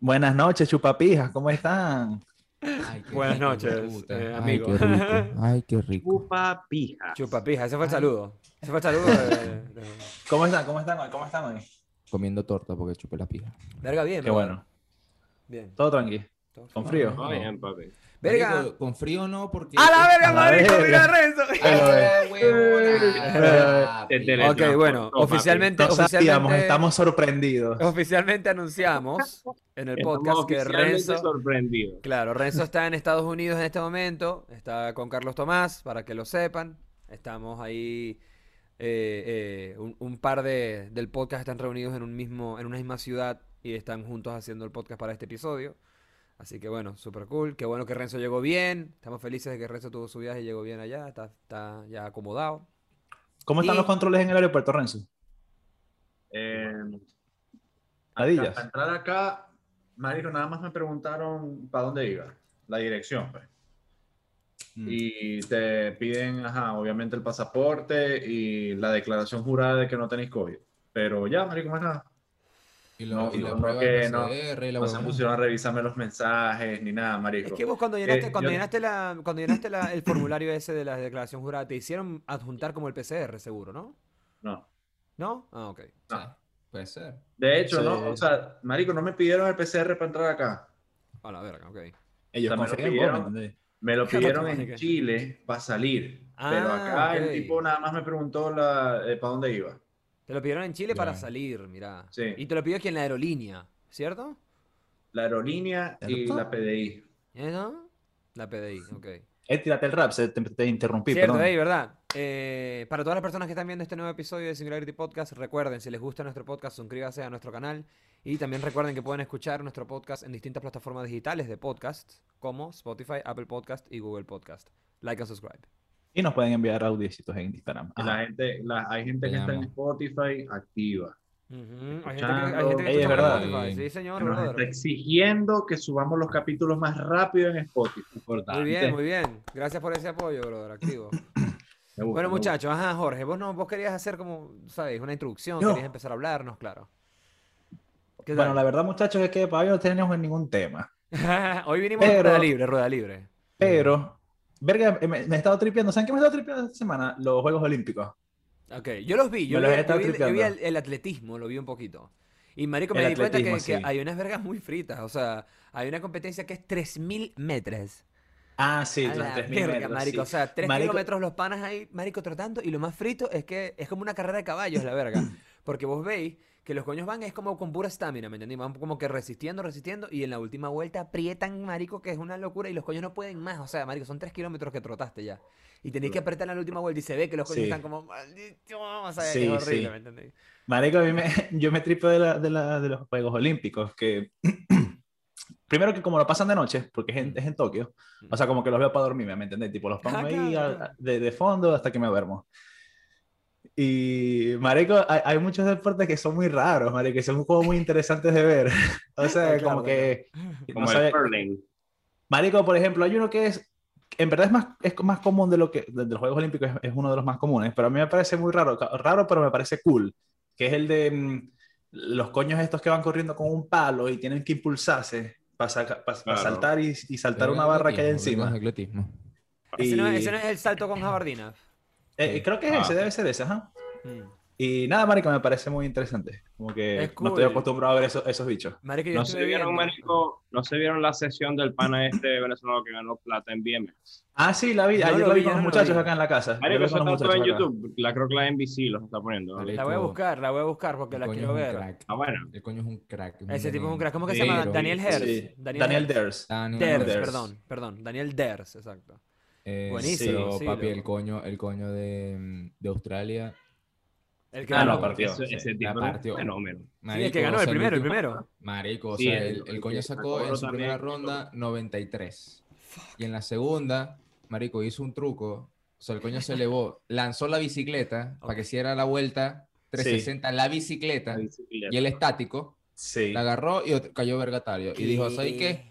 Buenas noches, chupapijas, ¿cómo están? Ay, qué Buenas rico, noches, puta. eh, Ay, amigo. qué rico. Ay, qué rico. Chupa pija. Chupapija, ese fue el saludo. Ese fue el saludo de- de- ¿Cómo están? ¿Cómo están hoy? ¿Cómo están hoy? Comiendo torta porque chupé la pija. Verga, bien. Qué bro. bueno. Bien. Todo tranqui. Todo Con fino. frío. Muy bien, papi. Verga. Marico, Con frío no, porque. A la verga, A la marico, verga. mira Renzo. eh, ¡Ah, huevona! Te Papi. teletra- Ok, bueno, Toma, oficialmente, No sabíamos, oficialmente, estamos sorprendidos. oficialmente anunciamos en el Estamos podcast que oficialmente Renzo. sorprendidos. Claro, Renzo está en Estados Unidos en este momento. Está con Carlos Tomás, para que lo sepan. Estamos ahí. eh, eh, un, un par de, del podcast están reunidos en, un mismo, en una misma ciudad y están juntos haciendo el podcast para este episodio. Así que bueno, súper cool. Qué bueno que Renzo llegó bien. Estamos felices de que Renzo tuvo su viaje y llegó bien allá. Está, está ya acomodado. ¿Cómo están Y- los controles en el aeropuerto, Renzo? Eh, Ladillas. Para entrar acá, Marico, nada más me preguntaron para dónde iba, la dirección, pues. Mm. Y te piden, ajá, obviamente el pasaporte y la declaración jurada de que no tenéis COVID. Pero ya, Marico, más nada. Y lo, No, y la no, prueba que de no. PCR y la No se huevona. pusieron a revisarme los mensajes ni nada, Es Marico. que vos cuando llenaste, Eh, cuando yo- llenaste, la, cuando llenaste la- el formulario ese de la declaración jurada, te hicieron adjuntar como el PCR, seguro, ¿no? No. ¿No? Ah, ok. Ah, Puede ser. De hecho, Sí. no, o sea, Marico, no me pidieron el PCR para entrar acá. A la verga, ok. Ellos O sea, me lo confían en vos, pidieron. ¿me entendés? Me lo Claro, pidieron marica. en Chile para salir. Ah, pero acá ok. el tipo nada más me preguntó la, eh, para dónde iba. Te lo pidieron en Chile para Claro. salir, mirá. Sí. Y te lo pidió aquí en la aerolínea, ¿cierto? La aerolínea y ¿Cierto? la PDI. ¿Eh, no? La PDI, ok. Eh, tírate el rap, se- te, te interrumpí, Cierto, perdón. ey, ¿verdad? Eh, para todas las personas que están viendo este nuevo episodio de Singularity Podcast, recuerden, si les gusta nuestro podcast, suscríbanse a nuestro canal. Y también recuerden que pueden escuchar nuestro podcast en distintas plataformas digitales de podcast, como Spotify, Apple Podcast y Google Podcast. Like and subscribe. Y nos pueden enviar audiocitos en Instagram. Y Ajá. La gente, la, hay gente Te que está en amo. Spotify activa. Ujú, Hay gente que, hay Escuchando. gente que Ey, es escucha verdad. Spotify. Sí, señor, Que nos brother. está exigiendo que subamos los capítulos más rápido en Spotify. Muy bien, muy bien. Gracias por ese apoyo, brother, activo. Me gusta, Bueno, me gusta. muchachos, ajá, Jorge, vos no, vos querías hacer como, ¿sabes? Una introducción, No. querías empezar a hablarnos, claro. ¿Qué Bueno, tal? la verdad, muchachos, es que para hoy no tenemos ningún tema. Hoy vinimos de Pero- rueda libre, rueda libre. Pero, verga, eh, me, me he estado tripeando. ¿Saben qué me he estado tripeando esta semana? Los Juegos Olímpicos. Ok, yo los vi, yo, Me los vi- he yo estado vi, yo vi tripeando. el, el atletismo, lo vi un poquito. Y marico, me El di cuenta que, atletismo, que sí. hay unas vergas muy fritas, o sea, hay una competencia que es 3.000 metros. Ah, sí, A los la 3.000 verga, metros, marico, sí. o sea, 3 Marico- kilómetros los panas ahí, marico, tratando, y lo más frito es que es como una carrera de caballos, la verga, porque vos veis que los coños van es como con pura estamina, ¿me entendés? Van como que resistiendo, resistiendo, y en la última vuelta aprietan, marico, que es una locura, y los coños no pueden más, o sea, marico, son 3 kilómetros que trotaste ya, y tenéis que apretar en la última vuelta, y se ve que los coños Sí. están como, maldito, o sea, Sí, es horrible, sí. ¿me entendés? Marico, a mí me- yo me tripo de, la- de la- de los Juegos Olímpicos, que primero que como lo pasan de noche, porque es en, es en Tokio, o sea, como que los veo para dormirme, ¿me entendés? Tipo, los pongo Ah, ahí claro, a- claro. de, de fondo hasta que me duermo. Y, marico, hay, hay muchos deportes que son muy raros, marico, que son juegos muy interesantes de ver. O sea, claro, como que... no Como sabía- el curling. Marico, por ejemplo, hay uno que es, en verdad es más, es más común de lo que, de, de los Juegos Olímpicos, es, es uno de los más comunes, pero a mí me parece muy raro, ca- raro, pero me parece cool, que es el de mm, los coños estos que van corriendo con un palo y tienen que impulsarse para Claro. saltar y, y saltar Pero una el barra que hay atletismo, encima. el atletismo. Ese, no, Y- ese no es el salto con jabardina. eh, Sí. creo que es Ah, ese, ok. debe ser ese, ajá. Mm. Y nada, marico, me parece muy interesante, como que Es no estoy cool. acostumbrado a ver esos, esos bichos. Marico, yo No estuve se vieron, viendo- marico, no se vieron la sesión del pana este venezolano que ganó plata en BMX. Ah, sí, la vi, No ayer lo la vi vi, con los yo no lo muchachos vi. acá en la casa. la Marico, vi eso con los está todo en muchachos acá. YouTube. La, creo que la NBC los está poniendo. ¿no? Dale. La voy a buscar, la voy a buscar porque El la coño quiero es un ver. crack. Ah, bueno. El coño es un crack. Ese tipo es un crack. ¿Cómo que se Pero- llama? Daniel Herz. Sí. Daniel, Daniel Herz. Ders. Daniel Ders, Ders. perdón, perdón. Daniel Ders, exacto. Eh, Buenísimo, pero, sí, papi, loco. el coño, el coño de, de Australia. El que Ah, ganó. no, partió. Sí, Ese, ese la tipo es partió. un fenómeno. Sí, el que Marico, ganó, o el sea, primero, el último- primero. Marico, o Sí, sea, el- el, el el coño que sacó en sacó su también, primera creo que- ronda 93. Y en la segunda, Marico hizo un truco. O sea, el coño se elevó, lanzó la bicicleta para que hiciera la vuelta 360, la bicicleta La bicicleta. y el estático. Sí. La agarró y ot- cayó vergatario. Y dijo, ¿sabes qué?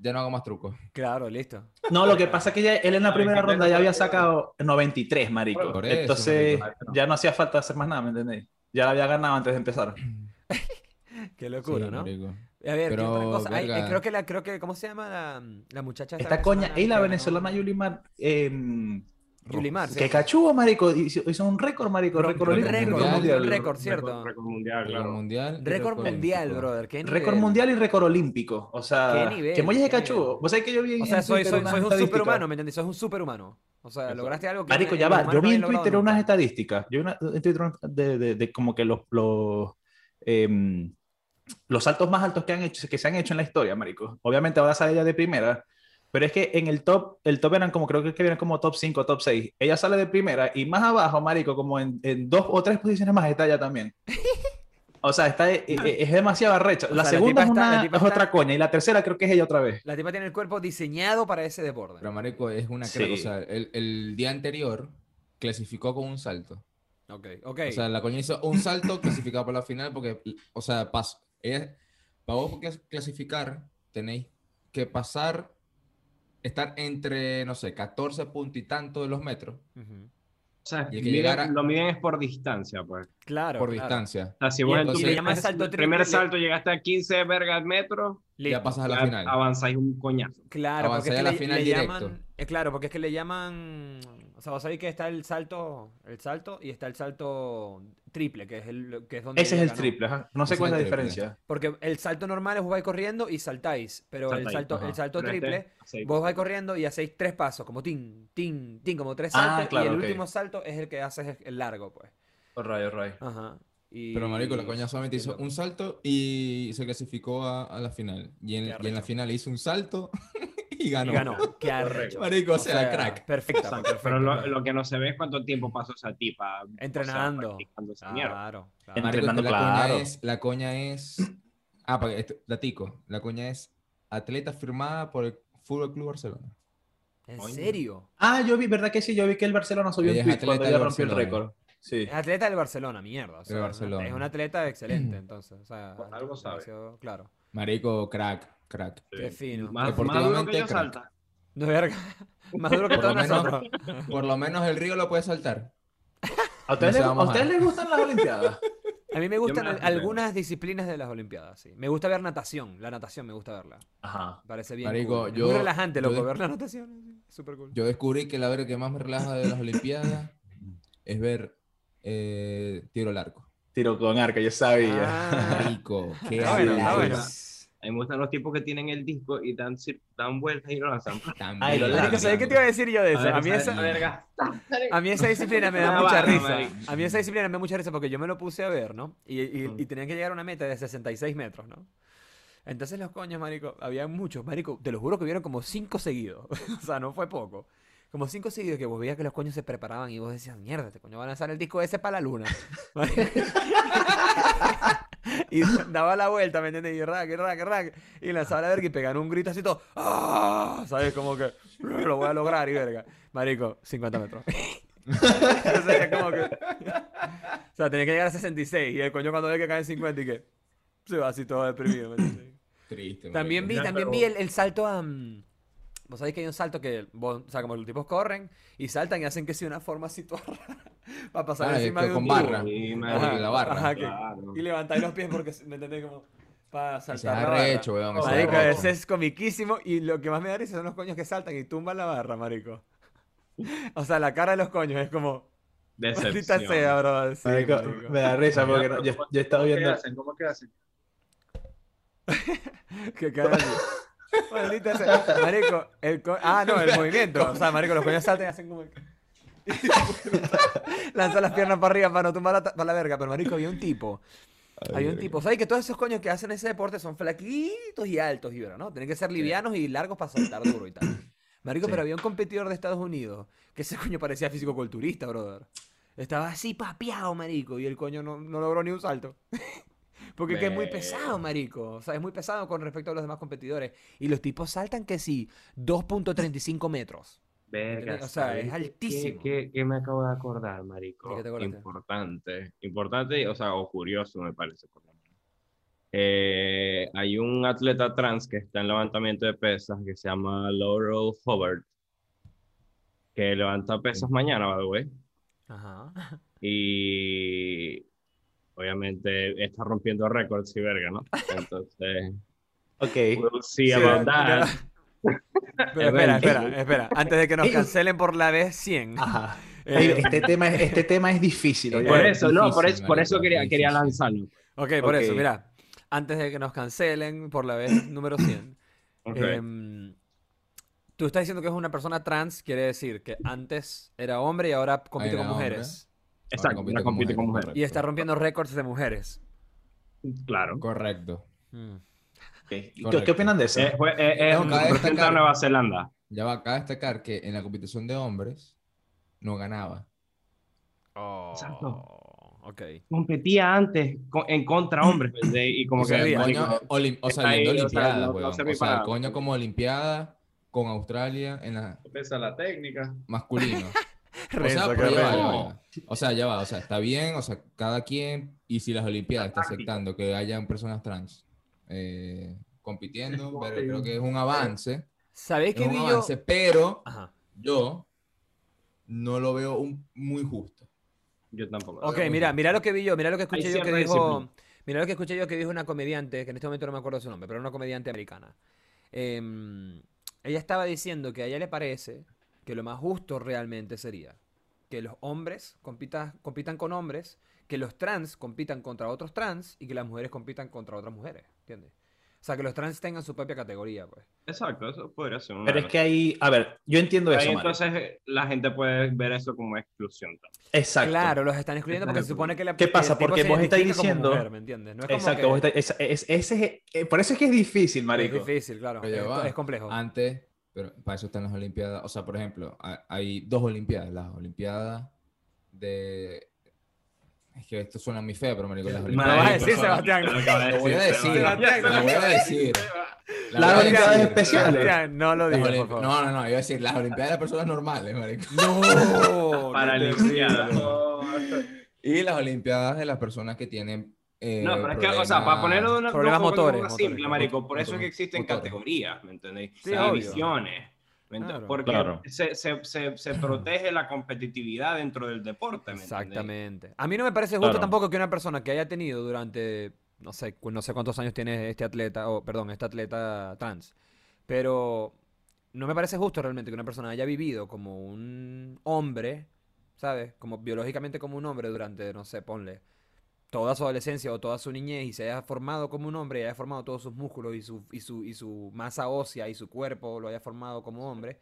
Ya no hago más trucos. Claro, listo. No, lo que pasa es que ya él en la Para primera que tenga ronda ya había cuidado. sacado 93, marico. Por eso, Entonces marico. ya no hacía falta hacer más nada, ¿me entendéis? Ya la había ganado antes de empezar. Qué locura, Sí, ¿no? marico. A ver, ¿qué Pero, otra cosa? Ay, verga. eh, creo que la, creo que, ¿cómo se llama la, la muchacha? Esta coña, y la venezolana venezolana Yulimar. Eh, Yulimar, que cachudo, marico. Hizo, hizo un récord, marico. Récord Récord, olímpico, récord mundial. récord, ¿cierto? Récord mundial, Récord claro. mundial. y Récord mundial, olímpico. brother. ¿Qué Récord nivel? mundial y récord olímpico. O sea, Qué nivel, que Moyes de qué cachudo. nivel. Vos sabés que yo vi O en sea, soy, Twitter soy, unas soy un estadísticas. superhumano, ¿me entiendes? Soy un superhumano. O sea, lograste algo que. Marico, no- ya los va. humanos Yo no vi en habían Twitter logrado unas nunca. estadísticas. Yo vi una- en Twitter unas de, de- de como que los, los, em, los saltos más altos que, han hecho, que se han hecho en la historia, marico. Obviamente ahora sale ella de primera, pero es que en el top, el top eran como, creo que eran como top 5, top 6. Ella sale de primera y más abajo, marico, como en, en dos o tres posiciones más está ella también. O sea, está, e- e- es, demasiado arrecha. O La sea, la segunda tipa es, está- una- la tipa es está- otra coña y la tercera creo que es ella otra vez. La tipa tiene el cuerpo diseñado para ese deporte. Pero Marico es una crack. Sí. O sea, el, el día anterior clasificó con un salto. Ok, ok. O sea, la coña hizo un salto clasificado para la final porque, o sea, pas- ella- para vos clas- clasificar tenéis que pasar, estar entre, no sé, 14 puntos y tanto de los metros Ujú. O sea, Y hay que miden- llegar a- lo miden es por distancia, pues. O Claro. por claro. distancia. sea, si vos Y en tu entonces- pri- le llamas salto el primer triple. salto llegaste a 15 vergas metros, Ya pasas a la ya final. avanzáis un coñazo. Claro, porque Avanzar es que a la le, final le directo. llaman, eh, claro, porque es que le llaman, o sea, vos sabés que está el salto, el salto y está el salto triple, que es el que es donde Ese es ella el ganó. triple, ajá. No sé Ese cuál es es la el triple. diferencia. Porque el salto normal es vos vais corriendo y saltáis, pero el Saltáis, salto ajá. el salto Pero este, triple aceite. vos vais corriendo y hacéis tres pasos, como tin, tin, tin, como tres Ah, saltos claro, y el ok. último salto es el que haces el largo, pues. All right, all right. Ajá. Y- Pero Marico, la coña solamente qué hizo loco. un salto y se clasificó a, a la final. Y en, y Qué en la arrecho. final hizo un salto y ganó. Y ganó. Qué arrecho. Correcto. Marico, o, sea, crack. Perfecta, pues, perfecta. Pero lo, claro. lo que no se ve es cuánto tiempo pasó esa tipa. o sea, Entrenando. practicando esa mierda. Claro, En- claro. Marico, Entrenando, la, claro. coña es, la coña es. Ah, para esto, datico. La coña es atleta firmada por el Fútbol Club Barcelona. ¿En Coño. serio? Ah, yo vi, ¿verdad que sí? Yo vi que el Barcelona subió Ella un es tweet cuando atleta ella del rompió el Barcelona. récord. Sí. Es atleta del Barcelona, mierda. Del o sea, es una- Barcelona. Es un atleta excelente, entonces. O sea, Por algo sabe. demasiado- Claro. Marico, crack, crack. Qué fino. Más, más duro Deportivamente, que yo crack. salta. No, verga. Más duro que Por lo todos menos- nosotros. Por lo menos el río lo puede saltar. ¿A ustedes, No se les, va a a ustedes mojar. les gustan las Olimpiadas? A mí me gustan me al- las algunas disciplinas de las Olimpiadas, sí. Me gusta ver natación. La natación me gusta verla. Ajá. Me Parece bien. Marico, cool. Es yo- muy relajante, yo loco, de- ver la natación. sí, es Súper cool. Yo descubrí que la verga que más me relaja de las Olimpiadas es ver eh, tiro al arco. Tiro con arca, yo sabía. Ah, Marico, qué Está bueno, relax. está bueno. A mí me gustan los tipos que tienen el disco y dan, cir- dan vueltas y lo lanzan. También, Ay, lo Marico, largo. también. ¿sabes qué te iba a decir yo de eso? ver, A mí esa- esa, a verga. A mí esa disciplina me da Una mucha barra, risa. marico. A mí esa disciplina me da mucha risa porque yo me lo puse a ver, ¿no? Y, y, Mm. y tenían que llegar a una meta de 66 metros, ¿no? Entonces los coños, marico, había muchos, marico, te lo juro que vieron como cinco seguidos. o sea, no fue poco. Como cinco seguidos que vos veías que los coños se preparaban y vos decías, mierda, este coño va a lanzar el disco ese para la luna. Marico. y daba la vuelta, ¿me entiendes? Y rack, rack, rack. Y lanzaba la verga y pegaron un grito así todo. ¡Ah! ¿Sabes? Como que lo voy a lograr y verga. Marico, 50 metros. o sea, como que... O sea, tenía que llegar a 66 y el coño cuando ve que cae en 50 y que se va así todo deprimido. ¿me entiendes? Triste, también vi, marico. también vi el, el salto a... mm, Vos sabéis que hay un salto que, vos- o sea, como los tipos corren y saltan y hacen que sea una forma así toda rara para pasar Ah, es encima que de con un tubo. barra. Sí, Ajá, marico, la barra. ajá, que- Claro. Ah, Y levantáis los pies porque, ¿me entendés? Como para Ese es saltar la barra. arrecho, weón. ese es Marico, arrecho. ese es comiquísimo y lo que más me da risa son los coños que saltan y tumban la barra, marico. O sea, la cara de los coños es como... Maldita Decepción. sea, bro. Sí, Marico, marico. me da risa porque no- yo, yo he estado ¿Cómo que viendo. hacen? ¿Cómo que hacen? Qué cara de- Maldita sea. Marico, el co- Ah, no, el movimiento. O sea, marico, los coños saltan y hacen como... Lanzan las piernas para arriba para no tumbar la, ta- para la verga. Pero, marico, había un tipo. Había un tipo. ¿Sabes que todos esos coños que hacen ese deporte son flaquitos y altos, y ¿verdad? ¿no? Tienen que ser livianos y largos para saltar duro y tal. Marico, Sí. pero había un competidor de Estados Unidos que ese coño parecía físico-culturista, brother. Estaba así papeado, marico, y el coño no, no logró ni un salto. Porque es que es muy pesado, marico. O sea, es muy pesado con respecto a los demás competidores. Y los tipos saltan que sí, 2.35 metros. Verga, O sea, ¿sabes es qué- altísimo. ¿Qué, qué, me acabo de acordar, marico? ¿De qué te acordaste? Importante. Importante, o sea, o curioso, me parece. por lo menos. Eh, hay un atleta trans que está en levantamiento de pesas que se llama Laurel Hubbard, que levanta pesas mañana, by the way, Ajá. Y obviamente está rompiendo récords y verga, ¿no? Entonces, Ok. We'll see Sí, about era- that. Pero espera, espera, Ah, espera. Antes de que nos cancelen por la vez 100. Ajá. Ey, Eh, Este tema es, este tema es difícil. oye. Por eso, no, por difícil, eso, por eso marico, quería, quería difícil. lanzarlo. pues. ok, por eso, Ok. mira. Antes de que nos cancelen por la vez número 100. Ok. em, tú estás diciendo que es una persona trans, quiere decir que antes era hombre y ahora compite Era con hombre. mujeres. Exacto, ahora compite con mujeres. Y está rompiendo récords de mujeres. Claro. Correcto. Mm. Ok. ¿Qué- ¿Qué, Correcto. opinan de eso? Eh, fue- eh, eh, No, cabe representa destacar. a Nueva Zelanda. Ya va, cabe destacar que en la competición de hombres no ganaba. Exacto. Ok. Competía antes con- en contra hombres. ¿entendés? y como o sea, que. eh, el Marico, coño, olim- o sea, ahí, yendo a o sea, Olimpiadas, no- no weón. serví o sea, para el nada. coño como Olimpiada con Australia en la Pesa la técnica. masculino. O sea, Renzo, pero qué ya va, raro. ya va. O sea, ya va, o sea, está bien, o sea, cada quien, y si las Olimpiadas está aceptando que hayan personas trans eh, compitiendo, pero creo que es un avance, ¿Sabéis es qué un vi yo? avance, pero Ajá. yo no lo veo un- muy justo. Yo tampoco. Ok, muy mira, bien. mira lo que vi yo, mira lo que escuché yo que cierta dijo, disciplina. mira lo que escuché yo que dijo una comediante, que en este momento no me acuerdo su nombre, pero era una comediante americana. Em, ella estaba diciendo que a ella le parece que lo más justo realmente sería que los hombres compita- compitan con hombres, que los trans compitan contra otros trans y que las mujeres compitan contra otras mujeres, ¿entiendes? O sea, que los trans tengan su propia categoría, pues. Exacto, eso podría ser una. Pero es que ahí, a ver, yo entiendo Ahí eso, Mario. entonces eh, la gente puede ver eso como exclusión. también. Exacto. Claro, los están excluyendo porque se supone que la ¿Qué pasa? el tipo Porque se vos estás identifica como diciendo- mujer, ¿me entiendes? No es como Exacto. que- vos estás- esa- es- ese es- eh, por eso es que es difícil, marico. Es difícil, claro. Pero ya es, va. es complejo. Antes, pero para eso están las Olimpiadas. O sea, por ejemplo, ha- hay dos Olimpiadas. Las Olimpiadas de. Es que esto suena muy feo, pero marico, las Me lo Olimpiadas. vas a Marico, decir, no, Sebastián. lo acabas de Lo voy a decir. Lo Sebastián. voy a decir. Las Las voy a Olimpiadas decir. especiales. Sebastián, no lo Las digas, Olimpi- por favor. No, no, no. Iba a decir las Olimpiadas de las personas normales, marico. No, Para qué el terrible. infierno. Y las Olimpiadas de las personas que tienen. eh, No, pero es que, o sea, para ponerlo de una este, Problemas de un poco de motores, forma simple, motores. marico, por eso es que Motores, existen motores. categorías, ¿me entendéis? Sí, Divisiones, obvio. ¿me ent- Claro. Porque Claro. Se, se, se, se protege la competitividad dentro del deporte, ¿me entendéis? Exactamente. A mí no me parece justo Claro. tampoco que una persona que haya tenido durante, no sé, cu- no sé cuántos años tiene este atleta, o perdón, este atleta trans, pero no me parece justo realmente que una persona haya vivido como un hombre, ¿sabes? Como biológicamente como un hombre durante, no sé, ponle toda su adolescencia o toda su niñez y se haya formado como un hombre y haya formado todos sus músculos y su, y su, y su masa ósea y su cuerpo lo haya formado como hombre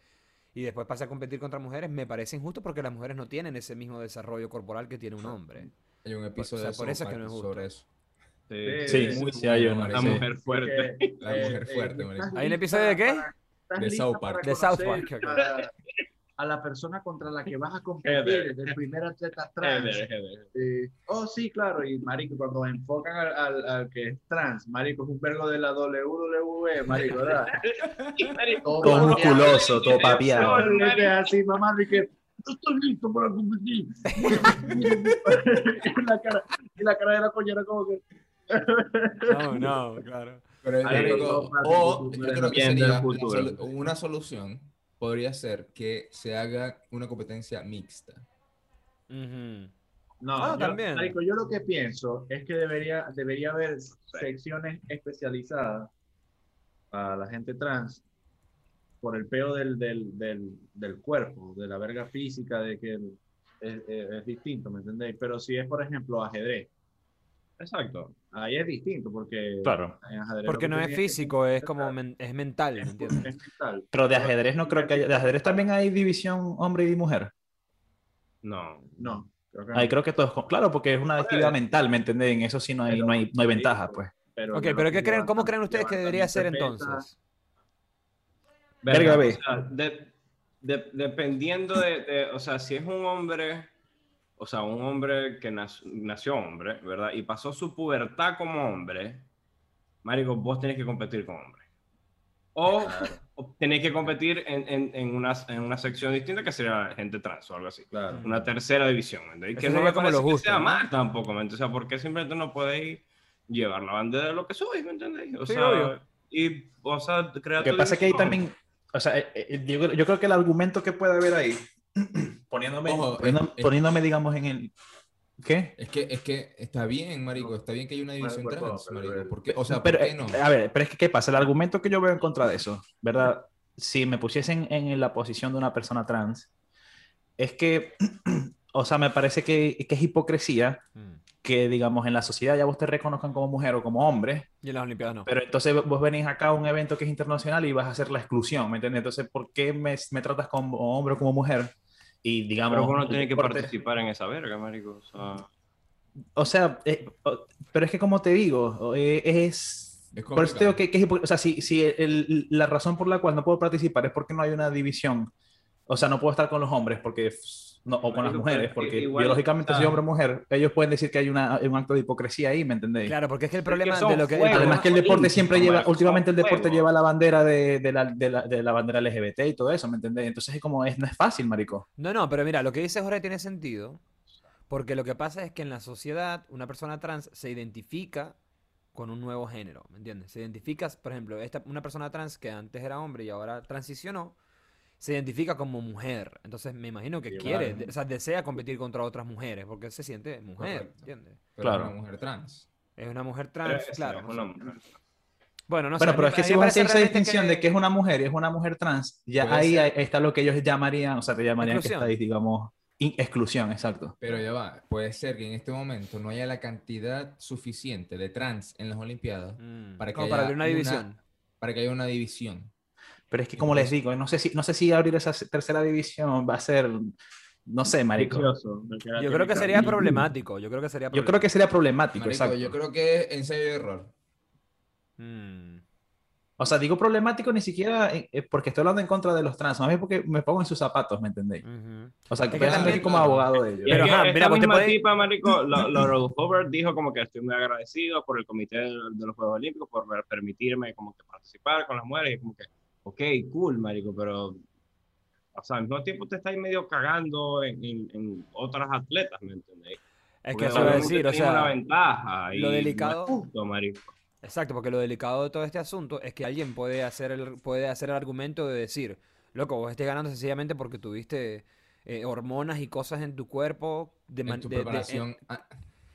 y después pase a competir contra mujeres, me parece injusto porque las mujeres no tienen ese mismo desarrollo corporal que tiene un hombre. Hay un episodio sea, de por South eso es que no Park es justo. sobre eso. Sí, Sí, muy sí, hay bueno, uno. La Sí. mujer fuerte. Porque, Eh, La mujer fuerte, marico. ¿Hay un episodio de qué? De South Park. De South Park, ok. A, a la persona contra la que vas a competir, Heather. del primer atleta Eh, trans. eh, eh. Eh, oh, sí, claro. Y marico, cuando enfocan al, al, al que es trans, marico, es un vergo de la WWE, marico, ¿verdad? Todo papeado. musculoso, todo papiado. Todo le queda así, mamá, y que no estoy listo para competir. y, la cara, y la cara de la coñera como que... No, no, claro. Pero yo Ahí creo los que- dos partes o del yo creo fútbol que entienden el sería fútbol. la solu- una solución podría ser que se haga una competencia mixta. Ujú. No, Ah, yo, también. marico, yo lo que pienso es que debería, debería haber secciones especializadas para la gente trans por el peo del, del, del, del cuerpo, de la verga física, de que es, es- es distinto, ¿me entendéis? Pero si es, por ejemplo, ajedrez, Exacto. ahí es distinto porque Claro. en ajedrez Porque no lo que es tienes físico, es como men- es mental, ¿me es- entiendes? es mental. Pero de ajedrez no creo que haya. De ajedrez también hay división hombre y mujer. No. No, creo que no. Ahí creo que todos. con- Claro, porque es una actividad mental, ¿me entienden? En eso sí no hay, no hay, no hay ventaja, pues. pero Ok, yo pero creo ¿qué que creen, ¿cómo levantan- creen ustedes que levantan debería ser muchas pesas, entonces? Verga, o ve. sea, de- de- dependiendo de, de- o sea, si es un hombre, o sea, un hombre que nas- nació hombre, ¿verdad? Y pasó su pubertad como hombre, Marico, vos tenés que competir con hombre. O, o tenés que competir en, en- en una, en una sección distinta que sería gente trans o algo así. Claro. Una tercera división, ¿me entendés? Que Eso no sería me como lo parece que justo, sea ¿no? mal tampoco, ¿me entendés? O sea, porque simplemente no podéis llevar la bandera de lo que sois, ¿me entendés? O Sí, sea, obvio. y, o sea, crea Lo que tu pasa es que ahí división. también. O sea, eh, eh, yo, creo- yo creo que el argumento que puede haber ahí, poniéndome, Ojo, poniéndome, es- es- poniéndome, digamos, en el. ¿Qué? Es que, es que está bien, marico, está bien que haya una división por favor, trans, pero- marico. ¿Por qué? O sea, pero, ¿por qué eh, no? A ver, pero es que, ¿qué pasa? El argumento que yo veo en contra de eso, ¿verdad? Si me pusiesen en la posición de una persona trans, es que, o sea, me parece que, que es hipocresía Mm. que, digamos, en la sociedad ya vos te reconozcan como mujer o como hombre, Y en las Olimpiadas no. pero entonces vos venís acá a un evento que es internacional y vas a hacer la exclusión, ¿me entiendes? Entonces, ¿por qué me, me tratas como hombre o como mujer? Y, digamos... Pero uno tiene el que deporte- participar en esa verga, marico. O sea, Ah, O sea, eh, o- pero es que como te digo, eh, es... Es Por eso te digo complicado. que, que es hipo- O sea, si, si el- la razón por la cual no puedo participar es porque no hay una división. O sea, no puedo estar con los hombres porque... f- no, o con las Marico, mujeres, pero porque igual, biológicamente o soy sea- hombre o mujer. Ellos pueden decir que hay una, un acto de hipocresía ahí, ¿me entendéis? Claro, porque es que el Pero es que problema son de lo que... el juegos, problema- Además que el deporte Olímpico, siempre lleva, marico, últimamente el son deporte juegos. lleva la bandera de, de la, de, la, de la bandera LGBT y todo eso, ¿me entendéis? Entonces es como, es, no es fácil, marico. No, no, pero mira, lo que dice Jorge tiene sentido, porque lo que pasa es que en la sociedad una persona trans se identifica con un nuevo género, ¿me entiendes? Se identifica, por ejemplo, esta, una persona trans que antes era hombre y ahora transicionó, se identifica como mujer. Entonces me imagino que Sí, quiere, vale. de- o sea, desea competir contra otras mujeres, porque se siente mujer, Correcto. ¿entiendes? Pero claro. una mujer trans. Es una mujer pero trans, esa claro. es no una sé. mujer. Bueno, no sé. bueno, a pero mí- es que a mí si me vos parece haces esa realmente distinción de que es una mujer y es una mujer trans, ya Puede ahí ser. ahí está lo que ellos llamarían, o sea, te llamarían que Exclusión. estáis, digamos, in- exclusión, exacto. Pero ya va, puede ser que en este momento no haya la cantidad suficiente de trans en las Olimpiadas Mm, para que como para haya abrir una una- división. para que haya una división. Pero es que, como les digo, no sé si, no sé si abrir esa tercera división va a ser, no sé, marico. Vicioso, porque era Yo creo que teórica. sería problemático, yo creo que sería Yo creo que sería problemático, Marico, exacto. yo creo que es en serio error. problemático. Mm. O sea, digo problemático ni siquiera eh, eh, porque estoy hablando en contra de los trans, más bien porque me pongo en sus zapatos, ¿me entendéis? Ujú. O sea, que Es que piensan de mí también, como claro. abogado de ellos. Y Pero, es que ajá, esta mira, vos te misma puedes- tipa, marico, Lo- Laurel Hoover dijo como que estoy muy agradecido por el comité de, de los Juegos Olímpicos por ver- permitirme como que participar con las mujeres y como que, ok, cool, marico, pero o sea, al mismo tiempo te estáis medio cagando en, en- en otras atletas, ¿me entendéis? Es Porque que eso todo iba a el mundo decir, o tiene una sea, ventaja y lo no es delicado- justo, marico. exacto, porque lo delicado de todo este asunto es que alguien puede hacer el, puede hacer el argumento de decir, loco, vos estés ganando sencillamente porque tuviste eh, hormonas y cosas en tu cuerpo de En man- tu de- de- preparación. en- ah,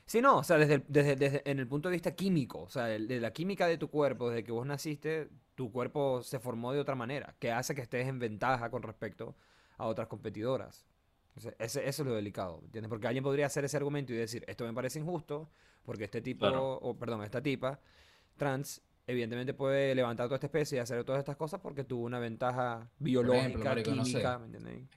Sí, no, o sea, desde, el- desde, desde en el punto de vista químico, o sea, el- de la química de tu cuerpo, desde que vos naciste, tu cuerpo se formó de otra manera, que hace que estés en ventaja con respecto a otras competidoras. Entonces, ese- eso es lo delicado, ¿entiendes? Porque alguien podría hacer ese argumento y decir, esto me parece injusto, porque este tipo, Claro. o perdón, esta tipa trans, evidentemente puede levantar toda esta especie y hacer todas estas cosas porque tuvo una ventaja biológica, marico, no sé. química, ¿me entiendes?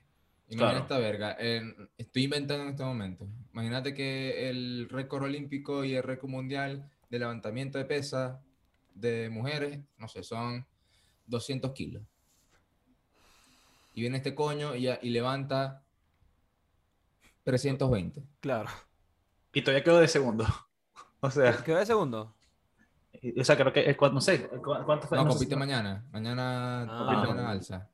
Imagina Claro. esta verga. en- estoy inventando en este momento. Imagínate que el récord olímpico y el récord mundial de levantamiento de pesas de mujeres, no sé, son 200 kilos. Y viene este coño y, y levanta 320. Claro. Y todavía quedo de segundo. O sea, ¿Quedó de segundo? y- o sea, creo que, eh, cu- no sé, cu- ¿cuánto fue? No, No sé si- compite mañana. Mañana, Ah. mañana alza.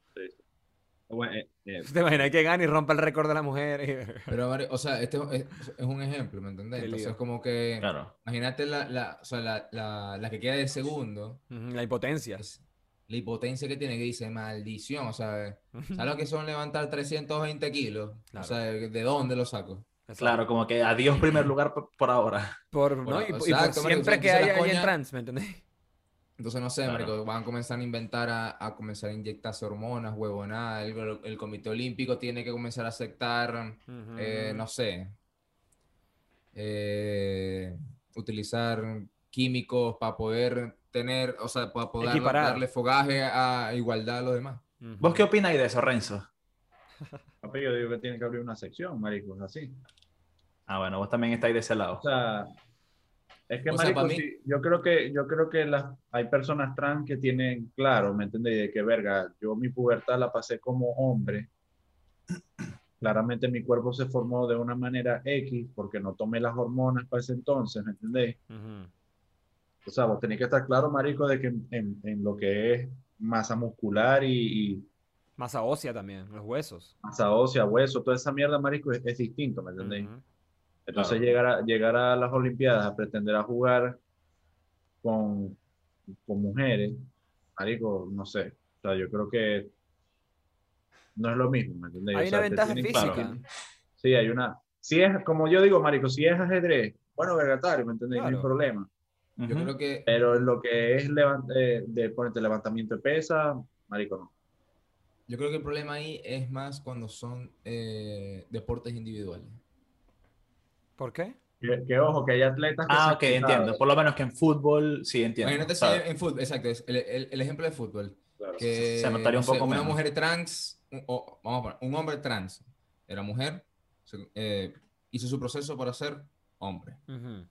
Bueno, eh, eh, ¿Te imaginas que gane y rompa el récord de la mujer? Pero, vari- o sea, este es, es un ejemplo, ¿me entendés? Qué lío. Entonces, como que, Claro. imagínate la, la, o sea, la, la, la que queda de segundo, Ujú, La impotencia. es la impotencia que tiene, que dice, maldición, o sea, ¿sabes lo que son levantar 320 kilos? Claro. O sea, ¿de dónde lo saco? Exacto. Claro, como que adiós primer lugar por, por ahora. Por, ¿no? Bueno, y, y por exacto, marico, siempre entonces que la haya alguien coña- trans, ¿me entendés? Entonces, no sé, Claro. marico, van a comenzar a inventar, a, a comenzar a inyectarse hormonas, huevonada, el, el Comité Olímpico tiene que comenzar a aceptar, eh, no sé, eh, utilizar químicos para poder tener, o sea, para poder Equiparar. darle fogaje a igualdad a los demás. Ujú. ¿Vos qué opináis de eso, Renzo? Papi, yo digo que tiene que abrir una sección, marico, así. Ah, bueno, vos también estáis de ese lado. O sea, es que, O sea, marico, pa' mí- sí, yo creo que, yo creo que las, hay personas trans que tienen claro, ¿me entendéis? De que, verga, yo mi pubertad la pasé como hombre. Claramente mi cuerpo se formó de una manera X porque no tomé las hormonas para ese entonces, ¿me entendéis? Ujú. O sea, vos tenés que estar claro, marico, de que en, en- en lo que es masa muscular y, y Masa ósea también, los huesos. masa ósea, hueso, toda esa mierda, marico, es, es distinto, ¿me entendéis? Ujú. Entonces Claro. llegar, a, llegar a las Olimpiadas a pretender a jugar con, con mujeres, marico, no sé. O sea, yo creo que no es lo mismo, ¿me entendéis? Hay O sea, una te ventaja tienen- física. Claro. Sí, hay una... Si es, como yo digo, marico, si es ajedrez, bueno, vergatario, ¿me entendéis? No Claro. hay problema. Yo creo que Pero en lo que es levan- eh, de ponerte levantamiento de pesa, marico, no. Yo creo que el problema ahí es más cuando son eh, deportes individuales. ¿Por qué? Que, que ojo, que hay atletas que Ah, se- ok, entiendo. Por lo menos que en fútbol, sí, entiendo. Imagínate O sea, si en fútbol, exacto, es el, el- el ejemplo de fútbol. Claro. Que, Se notaría un poco una menos. mujer trans, un- o, vamos a poner, un hombre trans, era mujer, se- eh, hizo su proceso para ser hombre. Ujú,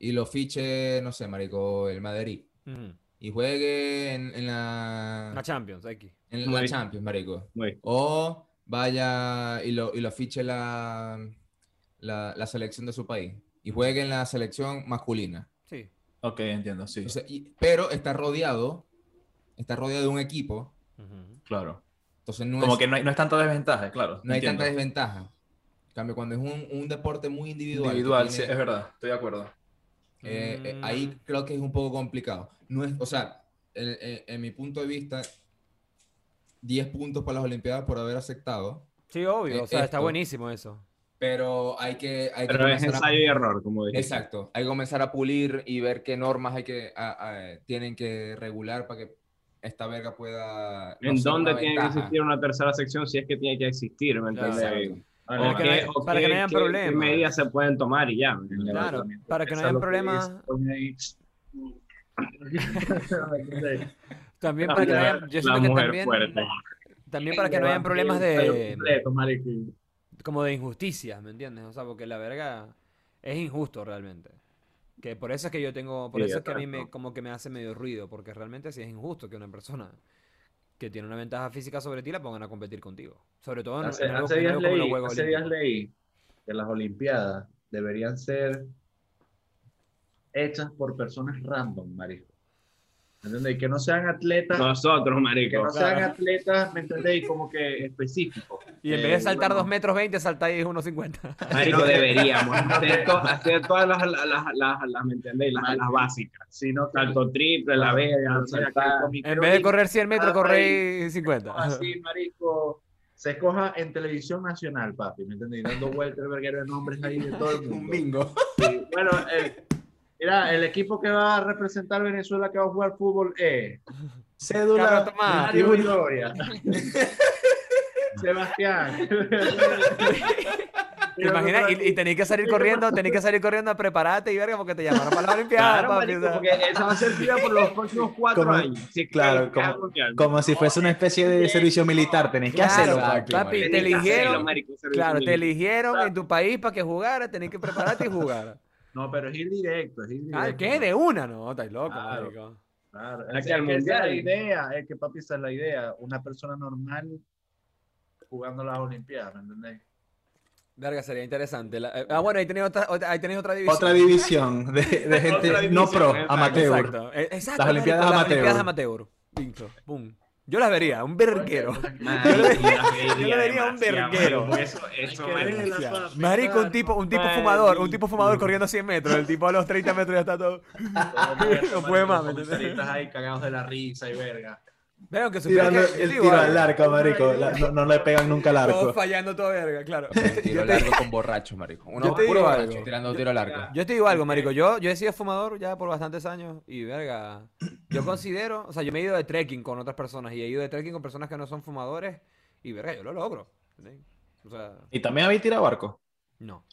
Y lo fiche, no sé, marico, el Madrid. ujú. Y juegue en, en la, Una Champions, X. en la Madrid. Champions, marico. Muy O vaya y lo, y lo fiche la, la, la selección de su país y juegue en la selección masculina. Sí. Ok, entiendo, sí, O sea, y- pero está rodeado, está rodeado de un equipo, Ujú. claro. entonces no, Como es- que no hay, no es tanta desventaja, claro. no hay entiendo. tanta desventaja. En cambio, cuando es un, un deporte muy individual, que individual. sí, tiene- es verdad, estoy de acuerdo. eh, eh, Mm. ahí creo que es un poco complicado. No es, o sea, en, en- en mi punto de vista, 10 puntos para las Olimpiadas por haber aceptado, Sí, obvio. Eh, o sea, está esto. buenísimo eso. pero hay que... Hay que Pero es comenzar a- ensayo y error, como dije. Exacto, hay que comenzar a pulir y ver qué normas hay que a- a- tienen que regular para que esta verga pueda. no ¿En ser dónde una tiene que ventaja. existir una tercera sección si es que tiene que existir? ¿me Claro. entiendes? Exacto. Para O Ah, que no qué- haya- o para que qué- no hayan qué- ¿Qué problemas. medidas se pueden tomar y ya? el Claro, levantamiento de para que no pesa, haya lo es, problemas. pone ahí- ¿Me entendéis? También La para que no mujer- haya, yo La siento que mujer también, fuerte. también para que no hayan Levantamiento problemas de completo, marico. como de injusticias, ¿me entiendes? O sea, porque la verga es injusto realmente. Que por eso es que yo tengo, por Sí, eso es que a mí me exacto. como que me hace medio ruido, porque realmente sí es injusto que una persona que tiene una ventaja física sobre ti la pongan a competir contigo. Sobre todo en, Hace, en algo- hace en días algo como los leí, Juegos hace días Olímpicos. leí que las Olimpiadas deberían ser hechas por personas random, marico. ¿Me entendéis? Que no sean atletas, Nosotros, que marico. no sean atletas, ¿me entendéis? Como que específicos. Y en vez de Eh, saltar bueno, 2 metros 20, saltáis 1,50. Marico, deberíamos hacer, to- hacer todas las, las, las, las, las, ¿me entendéis? Las, las básicas. Sino que Salto triple, la verga, o sea, que saltar. el En vez de correr 100 metros, Salta corréis 50. así, marico, se escoja en televisión nacional, papi, ¿me entendéis? Dando vueltas el verguero de nombres ahí de todo el Un mundo. bingo. Sí, Bueno, eh, mira, el equipo que va a representar Venezuela que va a jugar fútbol es Cédula. Carlos Tomás. 21. Mario Gloria. Sebastián. ¿Te imaginas? Y, y tenéis que salir corriendo, tenéis que salir corriendo a prepararte y verga porque te llamaron para la Olimpiada, Claro, papi. o marico, sea. porque esa va a ser fila por los próximos cuatro Como- años. Sí, claro, que- que como- hago que hago. Como si fuese una especie de servicio militar, tenéis que Claro, hacerlo. papi. papi, te Tenés que hacerlo, eligieron. marico, servicio Claro, te militar. eligieron en tu país para que jugara, tenés que prepararte y jugar. No, pero es indirecto, es indirecto. Ah, ¿qué? De una, no, estás loco, Claro. marico. Claro, Aquí es, es al que esa es la mundial. idea, es que papi, esa es la idea. Una persona normal jugando las Olimpiadas, ¿me entendéis? Verga, sería interesante. La- eh, ah, bueno, ahí tenéis otra, otra- ahí tenéis otra división. Otra división de, de gente Otra división, no pro, exacto. amateur. Exacto. eh, exacto, Las Olimpiadas marico, amateur. Las Olimpiadas amateur. Pincho, pum. Yo las vería, un verguero. Marico, Yo le vería un demasiado, verguero. marico, Eso, eso, marico. Marico, un tipo, un tipo fumador, un tipo fumador corriendo 100 metros. El tipo a los 30 metros ya está todo. No puede más, ¿me entendés? Estás ahí cagados de la risa y verga. Vean que supieras Tirando que- el sí, tiro vale. al arco, marico. La- no, no le pegan nunca al Todos arco. fallando toda verga, claro. Tiro Yo al te- arco con borrachos, marico. Uno Yo te puro digo borracho, algo. tirando tiro al arco. Yo te digo Este algo, marico. Yo, yo he sido fumador ya por bastantes años y verga. Yo considero, o sea, yo me he ido de trekking con otras personas y he ido de trekking con personas que no son fumadores y verga, yo lo logro. ¿entendés? O sea, ¿Y también habéis tirado arco? no.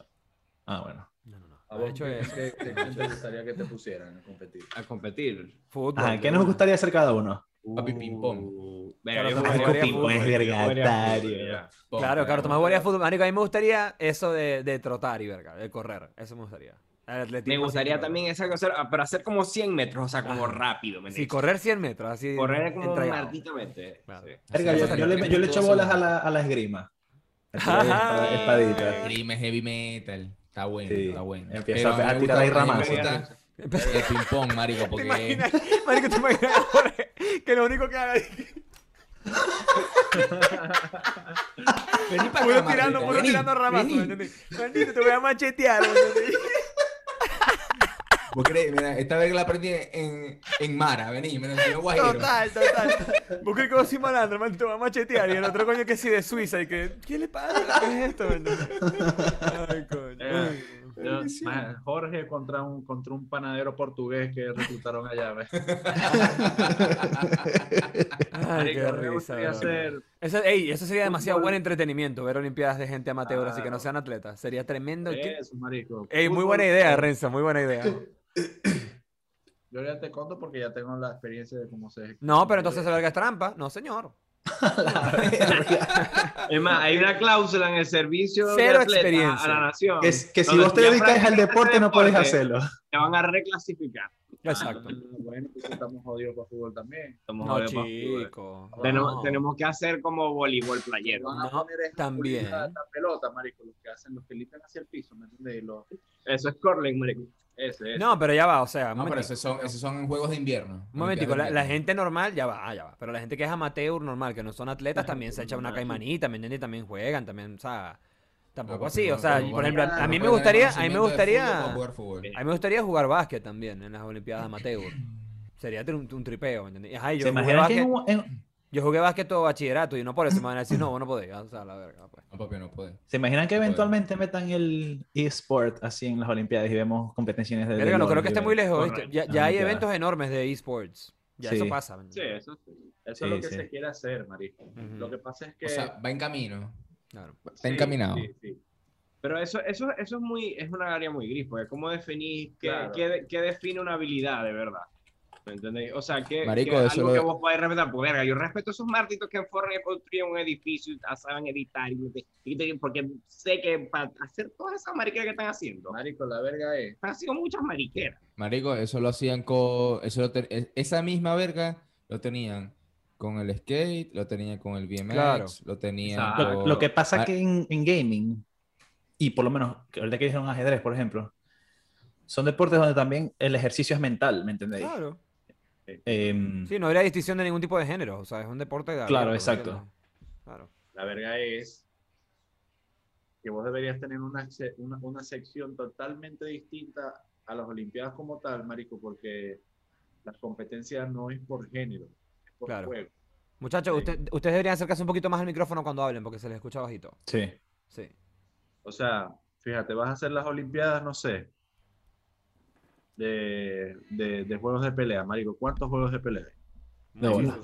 Ah, bueno. No, no, no. ¿A De vos hecho, qué- es qué- qué cancha te gustaría que te pusieran a competir? A competir. fútbol. Ajá, que Ah, ¿Qué nos gustaría hacer cada uno? Papi, ping pong. Uh, Claro, verga, yo Tomás jugaría jugaría fútbol, fútbol, yo es jugaría vergatario. fútbol, ya. Claro, claro, Tomás Tomás. jugaría fútbol. Marico, a mí me gustaría eso de, de trotar y verga, de correr. Eso me gustaría. El Me atletismo, gustaría así, también esa cosa, ah, pero hacer como 100 metros, o sea, como Ajá. rápido, ¿me Sí, entiendes? correr 100 metros, así. Correr como entregado. malditamente. Claro. sí. Verga, yo, yo le, yo le echo bolas a la, a la esgrima. Espada- Espadita. Grima es Eh, heavy metal. Está bueno, Sí. está bueno. Empieza a Pero mí me tirar ahí gusta- a mí me ramazos. gusta El ping pong, marico, ¿Te porque. imaginas? Marico, te imaginas ahora que lo único que haga es Vení para Puro acá, tirando, marico, puro vení, tirando ramazos, vení. ¿me entendés? Maldito, te voy a machetear, ¿me entendés? ¿Vos crees? Mira, esta vez la aprendí en, en Mara, vení, me la enseñó Guajiro. Total, total. Busqué como si malandro, man, te va a machetear. Y el otro coño que sí de Suiza. Y que, ¿qué le pasa? ¿Qué es esto? man? Ay, coño. Eh, yo- man, Jorge contra un, contra un panadero portugués que reclutaron allá. ¿ves? Ay, qué Marico, me risa. gustaría bro. ser- Eso, ey, eso sería demasiado Fútbol. buen entretenimiento, ver Olimpiadas de gente amateur, así que no Claro. sean atletas. Sería tremendo. ¿Qué- Eh. Eso, marico. Ey, muy Fútbol, buena idea, Renzo, muy buena idea. Yo ya te conto porque ya tengo la experiencia de cómo se No, pero entonces se verga es trampa. No, señor. Es más, hay una cláusula en el servicio Cero de atleta experiencia. a la nación. Que, s- que si donde vos te ya dedicas al practicas deporte, no puedes deporte, hacerlo. Te van a reclasificar. Exacto. Ah, Bueno, pues estamos jodidos para fútbol también. Estamos No, jodidos para fútbol. chico. Tenemos, no. tenemos que hacer como voleibol playero. Van No, a poner esta también. bolita, esta pelota, marico, los que hacen, los que limpian hacia el piso, ¿me entiendes? Y los- Eso es curling, marico. Ese, ese. No, pero ya va, o sea, un No, pero momentico, esos son, esos son juegos de invierno. un momentico, la, Olimpiadas de la invierno. gente normal, ya va, ah, ya va. Pero la gente que es amateur normal, que no son atletas, también se echa una caimanita, ¿me entiendes? Y También juegan, también, o sea, tampoco Ah, así. pero- O sea, pero por bueno, ejemplo, no a- a mí me puede tener gustaría, a mí me conocimiento de fútbol gustaría, para jugar fútbol. a mí me gustaría jugar básquet también en las Olimpiadas amateur. Sería tri- un, un tripeo, ¿me entiendes? Ajá, y ¿Se yo jugué, imaginan que básquet, en un- en- yo jugué básquet todo bachillerato y no por eso me van a decir, no, vos no podés. O sea, la verga, pues. No, papi, no puede. ¿se imaginan que eventualmente metan el eSport así en las Olimpiadas y vemos competiciones de... Verga, no creo que esté muy lejos, ¿viste? Correcto. Ya, ya hay Olimpiadas. eventos enormes de esports. Ya Sí. eso pasa. ¿me Sí, entiendes? eso sí. Eso Sí, es lo que sí. se quiere hacer, marico. Ujú. Lo que pasa es que... O sea, va en camino. Claro. Está encaminado. Sí, sí. Pero eso, eso, eso es muy, es una área muy gris, porque cómo definís qué, Claro. qué de- qué define una habilidad de verdad. ¿Me entendéis? O sea, que, Marico, que eso algo lo- que vos podés respetar, porque verga, yo respeto a esos martitos que forran y construyen un edificio y ah, saben editar, y, y- y- porque sé que para hacer todas esas mariqueras que están haciendo, Marico, la verga es... están haciendo muchas mariqueras. Marico, eso lo hacían con. Eso lo ten- e- Esa misma verga lo tenían con el skate, lo tenían con el BMX, Claro. lo tenían. Exacto. Lo, con- lo que pasa Mar- que en, en gaming, y por lo menos, que ahorita que dijeron ajedrez, por ejemplo, son deportes donde también el ejercicio es mental, ¿me entendéis? Claro. Em, Mm. Sí, no habría distinción de ningún tipo de género. O sea, es un deporte. de Claro, abierto, ¿me exacto. entiendes? Claro. La verga es que vos deberías tener una, se- una, una sección totalmente distinta a las Olimpiadas como tal, marico, porque las competencias no es por género, es por Claro. juego. Muchachos, Sí. usted- ustedes deberían acercarse un poquito más al micrófono cuando hablen porque se les escucha bajito. sí. Sí. O sea, fíjate, vas a hacer las Olimpiadas, no sé, de, de, de juegos de pelea, marico, ¿cuántos juegos de pelea? hay? De bola.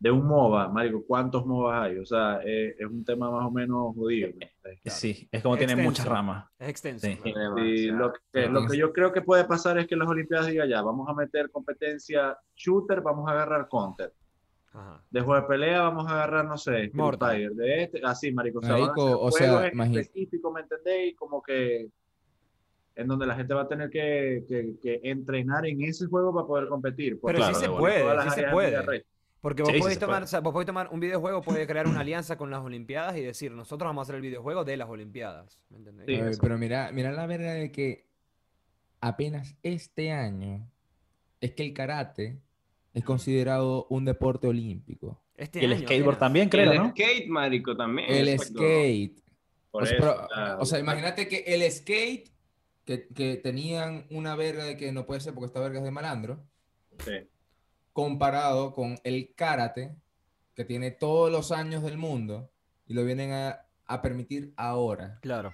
De un MOBA, marico, ¿cuántos MOBA hay? O sea, eh, es, es un tema más o menos jodido. ¿no? Sí, es como tiene Extenso. muchas ramas. Es extenso. Sí. claro. Sí, lo que, lo que yo creo que puede pasar es que en las Olimpiadas diga ya, vamos a meter competencia shooter, vamos a agarrar counter. Ajá. De juego de pelea vamos a agarrar, no sé, Street Mortal. Fighter, de este, así, marico. Marico, o o sea, van a sea, hacer juegos imagi- específicos, ¿me entendéis? Como que en donde la gente va a tener que, que- que entrenar en ese juego para poder competir. porque Pero sí claro, se de puede, todas las sí se áreas puede. de red. Porque vos, Sí, sí podéis se tomar, puede. o sea, vos podéis tomar un videojuego, puede crear una alianza con las Olimpiadas y decir, nosotros vamos a hacer el videojuego de las Olimpiadas. ¿Me entendéis? Sí, Ay, eso. pero mira, mira la verga de que apenas este año es que el karate es considerado un deporte olímpico. Este Y el año skateboard apenas. también, el creo, ¿no? skate, marico, también. El Exacto. skate. Por o, sea, eso, pero- claro. o sea, imagínate que el skate, que, que tenían una verga de que no puede ser porque esta verga es de malandro, Sí. comparado con el karate, que tiene todos los años del mundo, y lo vienen a, a permitir ahora Claro.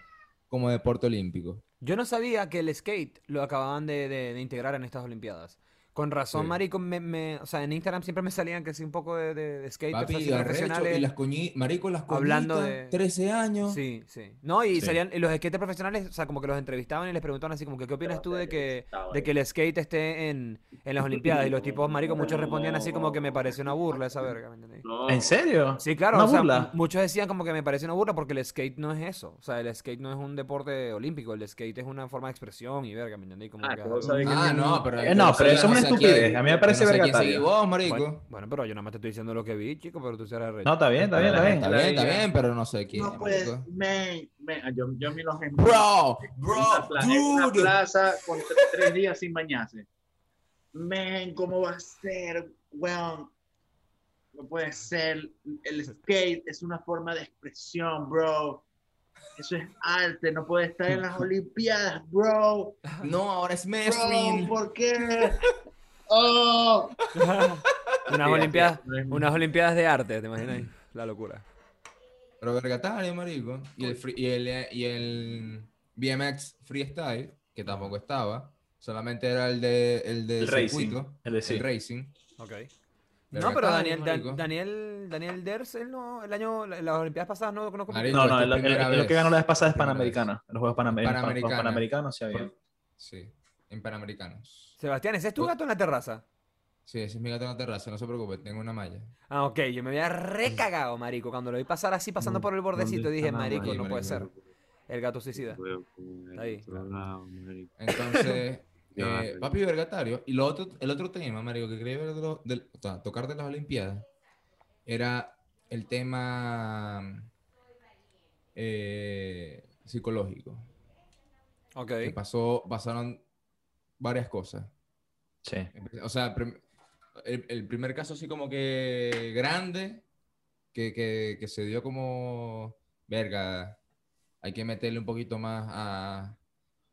como deporte olímpico. Yo no sabía que el skate lo acababan de, de- de integrar en estas Olimpiadas. Con razón, Sí. marico, me, me- o sea, en Instagram siempre me salían que sí un poco de, de, de skaters Papi, así arrecho, profesionales. y las coñi- marico, las hablando coñitas, de- 13 años. Sí, sí. No, y Sí. salían, y los skaters profesionales, o sea, como que los entrevistaban y les preguntaban así como que, ¿qué opinas tú de que, de que el skate esté en, en las Olimpiadas? Y los tipos, marico, muchos respondían así como que me parece una burla esa verga, ¿me entendéis? No. ¿En serio? Sí, claro, ¿Una o sea, burla? mu- muchos decían como que me parece una burla porque el skate no es eso. O sea, el skate no es un deporte olímpico, el skate es una forma de expresión y verga, ¿me entendéis? Como que Ah, que es vos algo- sabés que Ah, tiene- no, pero, Eh, no, pero eso yo es una sé quién- estupidez. A mí me yo parece no sé quién vergataria. seguís vos, marico. Bueno, bueno, pero yo nada más te estoy diciendo lo que vi, chico, pero tú serás rey. No, está bien, está bien, está bien. está la bien, está vida. bien, pero no sé quién. No puedes, marico. man, man. Yo, yo miro los Bro, una bro, pla- en una dude. plaza con tre- tres días sin bañarse. Men, ¿cómo va a ser? Weón, no puede ser. El skate es una forma de expresión, bro. Eso es arte, no puede estar en las Olimpiadas, bro. No, ahora es Bro, Meslin. ¿por qué? Oh. Unas Sí, olimpiadas, así es. unas olimpiadas de arte, ¿te imaginas? La locura. Pero vergatario, marico. Y el, free- y, el, eh, y el BMX Freestyle, que tampoco estaba. Solamente era el de el de El racing, circuito, el de sí. racing. Ok. Verga, No, pero está Daniel, bien, Dan- marico. Daniel, Daniel Ders, él no, el año, la- las Olimpiadas pasadas no, no compitió. Marico, No, no, esta es el, el- este primera el vez. que ganó la vez pasada es Primera vez. Panamericana. Los Juegos Panam- los Panamericana. Panamericanos, sí había. Sí, en Panamericanos. Sebastián, ¿ese es Oh. tu gato en la terraza? Sí, ese es mi gato en la terraza, no se preocupe, tengo una malla. Ah, ok, yo me había recagado, marico, cuando lo vi pasar así, pasando No, por el bordecito, ¿dónde dije, está la marico, mano? no Sí, puede ser. marico. El gato suicida. ahí. Entonces, Ya, eh, marico. papi vergatario. Y lo otro, el otro tema, marico, que quería ver de lo- del- o sea, tocar de las Olimpiadas era el tema eh, psicológico. Ok. que pasó, pasaron varias cosas. Sí. O sea, prim- el, el primer caso sí como que grande, que, que- que se dio como, verga, hay que meterle un poquito más a,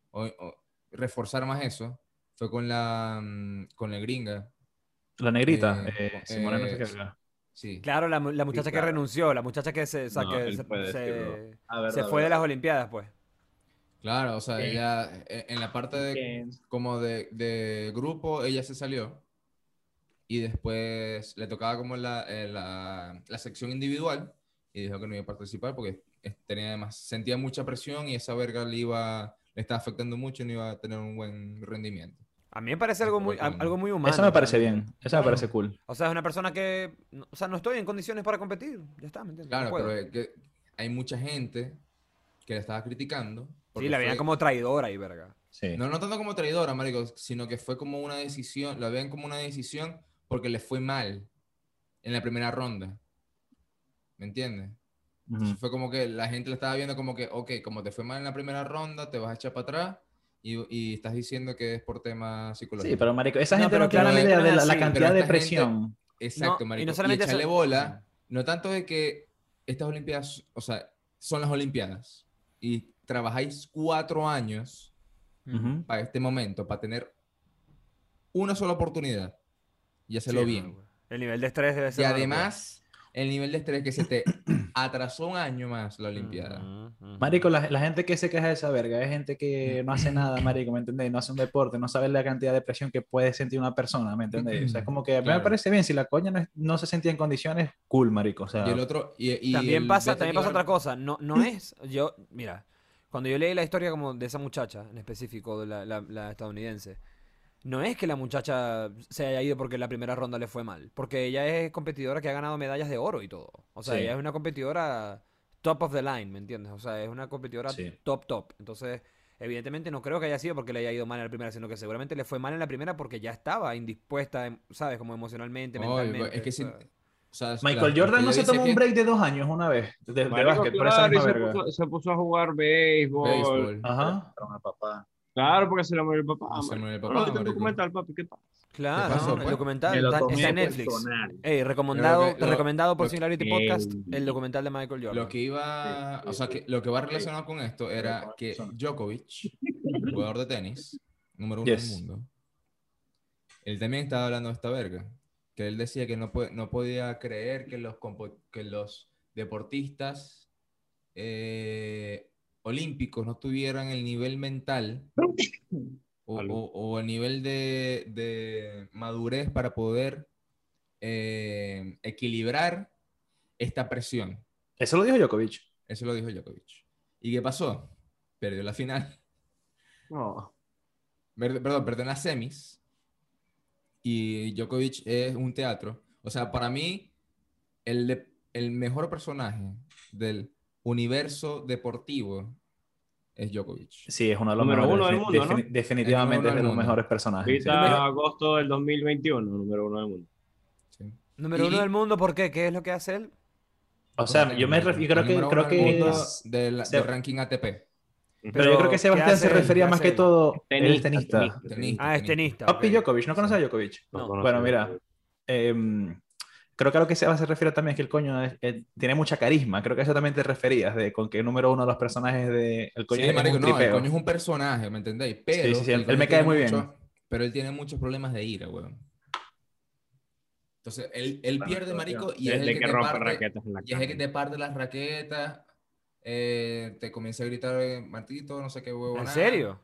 o- o reforzar más eso, fue con la, mm, con la gringa, La negrita, Eh, eh, Simona, no sé eh, qué era. sí. Claro, la, mu- la muchacha claro. que renunció, la muchacha que se, o sea, No, que él se, puede se- decirlo. Ah, verdad, se fue de verdad. las Olimpiadas, pues. Claro, o sea, Sí. ella eh, en la parte de, como de, de grupo, ella se salió y después le tocaba como la, eh, la, la sección individual y dijo que no iba a participar porque eh, tenía además, sentía mucha presión y esa verga le iba, le estaba afectando mucho y no iba a tener un buen rendimiento. A mí me parece algo muy, a- Bacán. algo muy humano. Eso me parece realmente. bien, eso me parece cool. O sea, es una persona que, no- o sea, no estoy en condiciones para competir. Ya está, ¿me entiendes? No Claro, puedo. pero es que hay mucha gente que la estaba criticando. Sí, porque la veían fue- como traidora y verga. Sí. No, no tanto como traidora, marico, sino que fue como una decisión, la vean como una decisión porque le fue mal en la primera ronda. ¿Me entiendes? Mm. Ujú. Fue como que la gente la estaba viendo como que, ok, como te fue mal en la primera ronda, te vas a echar para atrás y, y estás diciendo que es por tema psicológico. Sí, pero marico, esa No, gente pero no tiene claro, la es- idea de la, es la así, cantidad pero de esta gente- presión. Exacto, No, y marico. Y, no solamente echarle eso- bola, no tanto de que estas olimpiadas, o sea, son las olimpiadas y trabajáis cuatro años Ujú. para este momento, para tener una sola oportunidad y hacerlo Sí, bien. no, El nivel de estrés debe y ser. una locura. además, el nivel de estrés que se te atrasó un año más la olimpiada. Ujú, ujú. Marico, la, la gente que se queja de esa verga es gente que no hace nada, marico, ¿me entendéis? No hace un deporte, no sabe la cantidad de presión que puede sentir una persona, ¿me entendéis? O sea, es como que a mí me Claro. parece bien, si la coña no, es- no se sentía en condiciones, cool, marico, o sea, Y el otro... Y, y También el Mm. pasa, Beto también pasa Aguilar- otra cosa. No, no es. Yo, mira, cuando yo leí la historia como de esa muchacha en específico, de la, la- la estadounidense, no es que la muchacha se haya ido porque la primera ronda le fue mal. Porque ella es competidora que ha ganado medallas de oro y todo. O sea, Sí. ella es una competidora top of the line, ¿me entiendes? O sea, es una competidora Sí. top, top. Entonces, evidentemente no creo que haya sido porque le haya ido mal en la primera, sino que seguramente le fue mal en la primera porque ya estaba indispuesta, em- ¿sabes? Como emocionalmente, Obvio, mentalmente. es que si- o sea. o sea, Michael la- Jordan ella no se dice tomó que- un break de dos años una vez de, de Marico, básquet por esa claro, y misma se, verga. puso, se puso a jugar béisbol. Béisbol. Ajá. Mataron al papá. Claro, porque se le murió el papá. Se marico. murió el Pero papá, ahorita un marico. documental, papi, ¿qué pasa? Claro, pasó, no, el pues? documental Me lo está, tomé está en por Netflix. sonar. Ey, recomendado, Yo creo que lo- recomendado por lo- Singularity Ey. Podcast, el documental de Michael Jordan. Lo que iba, Sí, o sea, sí, que sí. lo que va relacionado con esto era Pero, que son- Djokovic, jugador de tenis, número uno Yes. del mundo, él también estaba hablando de esta verga, que él decía que no, po- no podía creer que los, compo- que los deportistas eh, olímpicos no tuvieran el nivel mental o, Algo. o- o el nivel de, de madurez para poder eh, equilibrar esta presión. Eso lo dijo Djokovic. Eso lo dijo Djokovic. ¿Y qué pasó? Perdió la final. No. Ver- Perdón, perdió en las semis. Y Djokovic es un teatro. O sea, para mí, el, de- el mejor personaje del universo deportivo es Djokovic. Sí, es uno de los Número mejores. uno del mundo, ¿no? defini- Definitivamente es Es de número uno los del mundo. mejores personajes. sí. Ahorita, agosto del 2021, número uno del mundo. ¿sí? Número Y- uno del mundo, ¿por qué? ¿Qué es lo que hace él? O sea, yo me ref- yo creo El que número creo uno del que mundo es- de la- se- del ranking ATP. pero yo creo que ¿qué Sebastián hace se él? refería ¿Qué más hace que él? todo él es tenista. tenista. Ah, es tenista. Papi ok. Djokovic, ¿no conoces a Djokovic? No. conoce. Bueno, mira, em, Creo que a lo que Seba se refiere también es que el coño es- eh, tiene mucha carisma. Creo que a eso también te referías, de con que número uno de los personajes de El coño Sí, es un marico, no, el tripeo. coño es un personaje, ¿me entendéis? Pero sí, sí, el él coño me cae tiene muy bien. mucho- Pero él tiene muchos problemas de ira, weón. Entonces, él, él Bueno, pierde, todavía. marico, y es Desde el que, que, te rompe parte- raquetas en la y es el que cara. te parte las raquetas, eh, te comienza a gritar eh, Martito, no sé qué huevo. ¿En serio?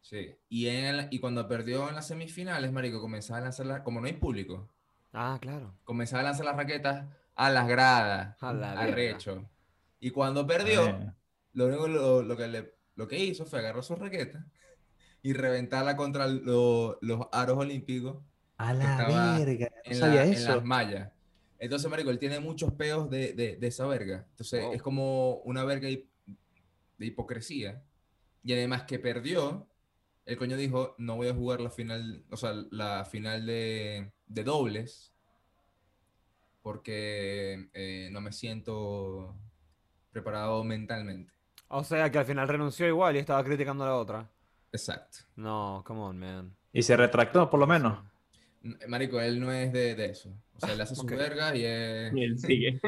Sí. Y, en el- y cuando perdió en las semifinales, marico, comenzaba a lanzar las, como no hay público, Ah, claro. comenzaba a lanzar las raquetas a las gradas, A la verga. arrecho. Y cuando perdió, Eh, lo único lo, lo que le- lo que hizo fue agarrar su raqueta y reventarla contra lo- los aros olímpicos A estaba la verga, no en, la- sabía en eso. las mallas. Entonces, marico, él tiene muchos peos de, de- de esa verga. Entonces, Wow. es como una verga hip- de hipocresía. Y además que perdió, el coño dijo, no voy a jugar la final, o sea, la final de, de dobles porque eh, no me siento preparado mentalmente. O sea que al final renunció igual y estaba criticando a la otra. Exacto. No, come on, man. Y se retractó, por lo menos. N- Marico, él no es de, de eso. O sea, él hace su Ok. verga y es... Y él sigue.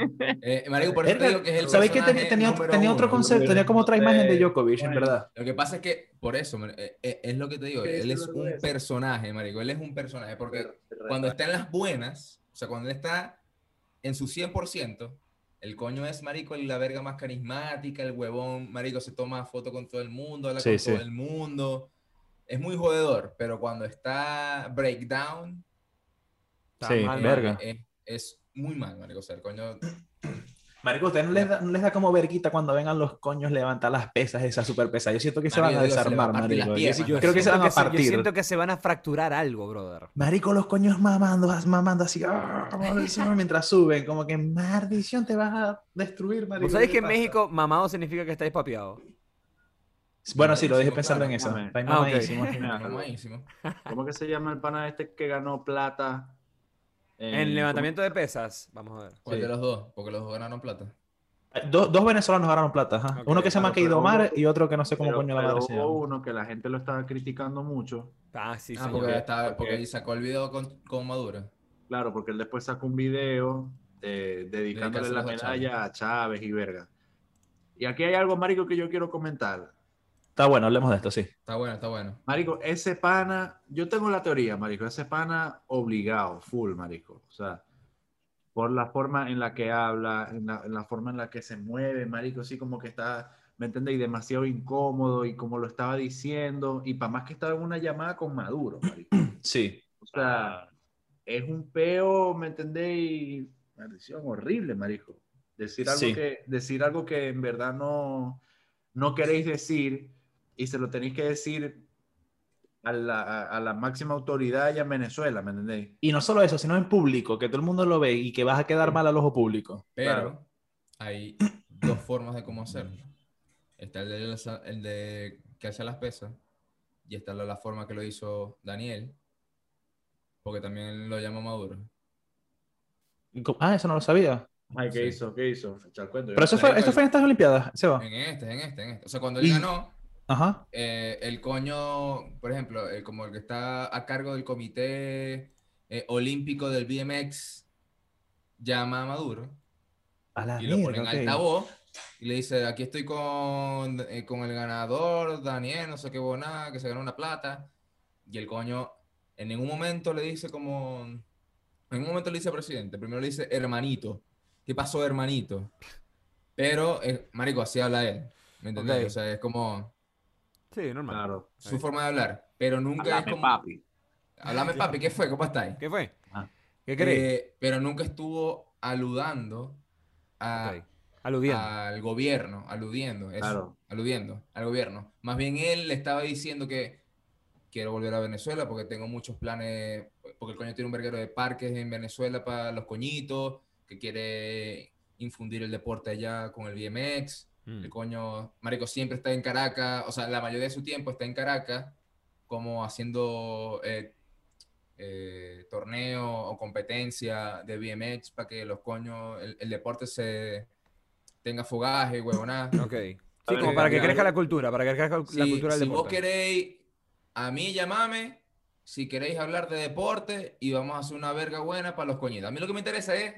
eh, marico, por eso te Verga, digo que es el ¿Sabéis que tenía- personaje tenía, número tenía uno, otro ¿no? concepto? Tenía como otra Eh, imagen de Djokovic, en bueno. verdad. Lo que pasa es que, por eso, man, eh, eh, es lo que te digo, Sí, él sí, es lo un es. personaje, marico, él es un personaje, porque cuando está en las buenas, o sea, cuando él está en su 100%, el coño es, marico, la verga más carismática, el huevón, marico, se toma foto con todo el mundo, habla Sí, con sí. todo el mundo, es muy jodedor, pero cuando está breakdown, Está Sí, mal, Ah, verga. man. es, es muy mal, marico, o sea, el coño, Marico, ¿ustedes no les, da, no les da como verguita cuando vengan los coños levantar las pesas esas super pesas? Yo siento que se Marico, van a Dios, se le va a desarmar, partir las marico. Yo piernas, sí- yo marico. creo que se Siento van a se- Yo partir. siento que se van a fracturar algo, brother. Marico, los coños mamando, as- mamando así, ah, mamando encima mientras suben, como que maldición te vas a destruir, marico. ¿Vos sabés ¿qué que en pasa? México mamado significa que estáis papeados? Bueno, sí, lo dejé pensando en Claro, eso. mames. Está Ah, ok. mamadísimo al final. mamadísimo. ¿Cómo que se llama el pana este que ganó plata? Eh, En, En levantamiento de pesas. Vamos a ver. ¿Cuál Sí. de los dos? Porque los dos ganaron plata. Dos, dos venezolanos ganaron plata, ajá. Ok, uno que se llama claro, pero Keido Mar hubo- y otro que no sé cómo Pero- coño la pero madre se hubo llama. uno que la gente lo estaba criticando mucho. Ah, sí, Ah, señor. porque, porque- estaba- porque porque- sacó el video con, con Maduro. Claro, porque él después sacó un video eh, dedicándole la Dedicárselos a medalla a Chávez y verga. Y aquí hay algo, Marico, que yo quiero comentar. Está bueno, hablemos de esto, sí. Está bueno, está bueno. Marico, ese pana, yo tengo la teoría, Marico, ese pana obligado, full, Marico. O sea, por la forma en la que habla, en la, en la forma en la que se mueve, Marico, así como que está, ¿me entiendes? Y demasiado incómodo y como lo estaba diciendo, y para más que estaba en una llamada con Maduro, Marico. Sí. O sea, es un peo, ¿me entendéis? Maldición, horrible, marico. Decir algo, Sí. que, decir algo que en verdad no, no queréis decir y se lo tenéis que decir a la, a- a la máxima autoridad allá en Venezuela, ¿me entendéis? Y no solo eso, sino en público, que todo el mundo lo ve y que vas a quedar mal al ojo público. Pero Claro. hay dos formas de cómo hacerlo. Está el de, la- el de que hace las pesas y está la, la forma que lo hizo Daniel, porque también lo llama Maduro. Y co- Ah, eso no lo sabía. Ay, ¿qué Sí. hizo? ¿Qué hizo? Echa el cuento, Pero yo- eso fue, Marico, eso fue en estas Olimpiadas, Seba. En este, en este, en este. O sea, cuando él Ah. Y- ganó, Ajá. eh, el coño, por ejemplo, el- como el que está a cargo del comité eh, olímpico del BMX, llama a Maduro. A la y lo ponen Ah, mierda, ok. altavoz y le dice, aquí estoy con, eh, con el ganador, Daniel, no sé qué boná, que se ganó una plata. Y el coño en ningún momento le dice como... En ningún momento le dice presidente, primero le dice hermanito. ¿Qué pasó, hermanito? Pero, eh, marico, así habla él. ¿Me entendés? Ok. O sea, es como Sí, normal. Claro. su forma de hablar. Pero nunca es Háblame, como... papi. Háblame, papi, ¿qué fue? ¿Cómo estáis? ¿Qué fue? Ah. ¿Qué crees? Eh, pero nunca estuvo aludando a, Ok. Aludiendo. al gobierno, aludiendo, eso, Claro. aludiendo al gobierno. Más bien él le estaba diciendo que quiero volver a Venezuela porque tengo muchos planes, porque el coño tiene un verguero de parques en Venezuela para los coñitos, que quiere infundir el deporte allá con el BMX. Mm. El coño, Marico siempre está en Caracas, o sea, la mayoría de su tiempo está en Caracas, como haciendo eh, eh, torneo o competencia de BMX para que los coños, el, el deporte se tenga fogaje, huevonada. Ok. Sí, ver, como para que algo- crezca la cultura, para que crezca la Si, cultura del si vos deporte. queréis, a mí llamame, si queréis hablar de deporte y vamos a hacer una verga buena para los coñitos. A mí lo que me interesa es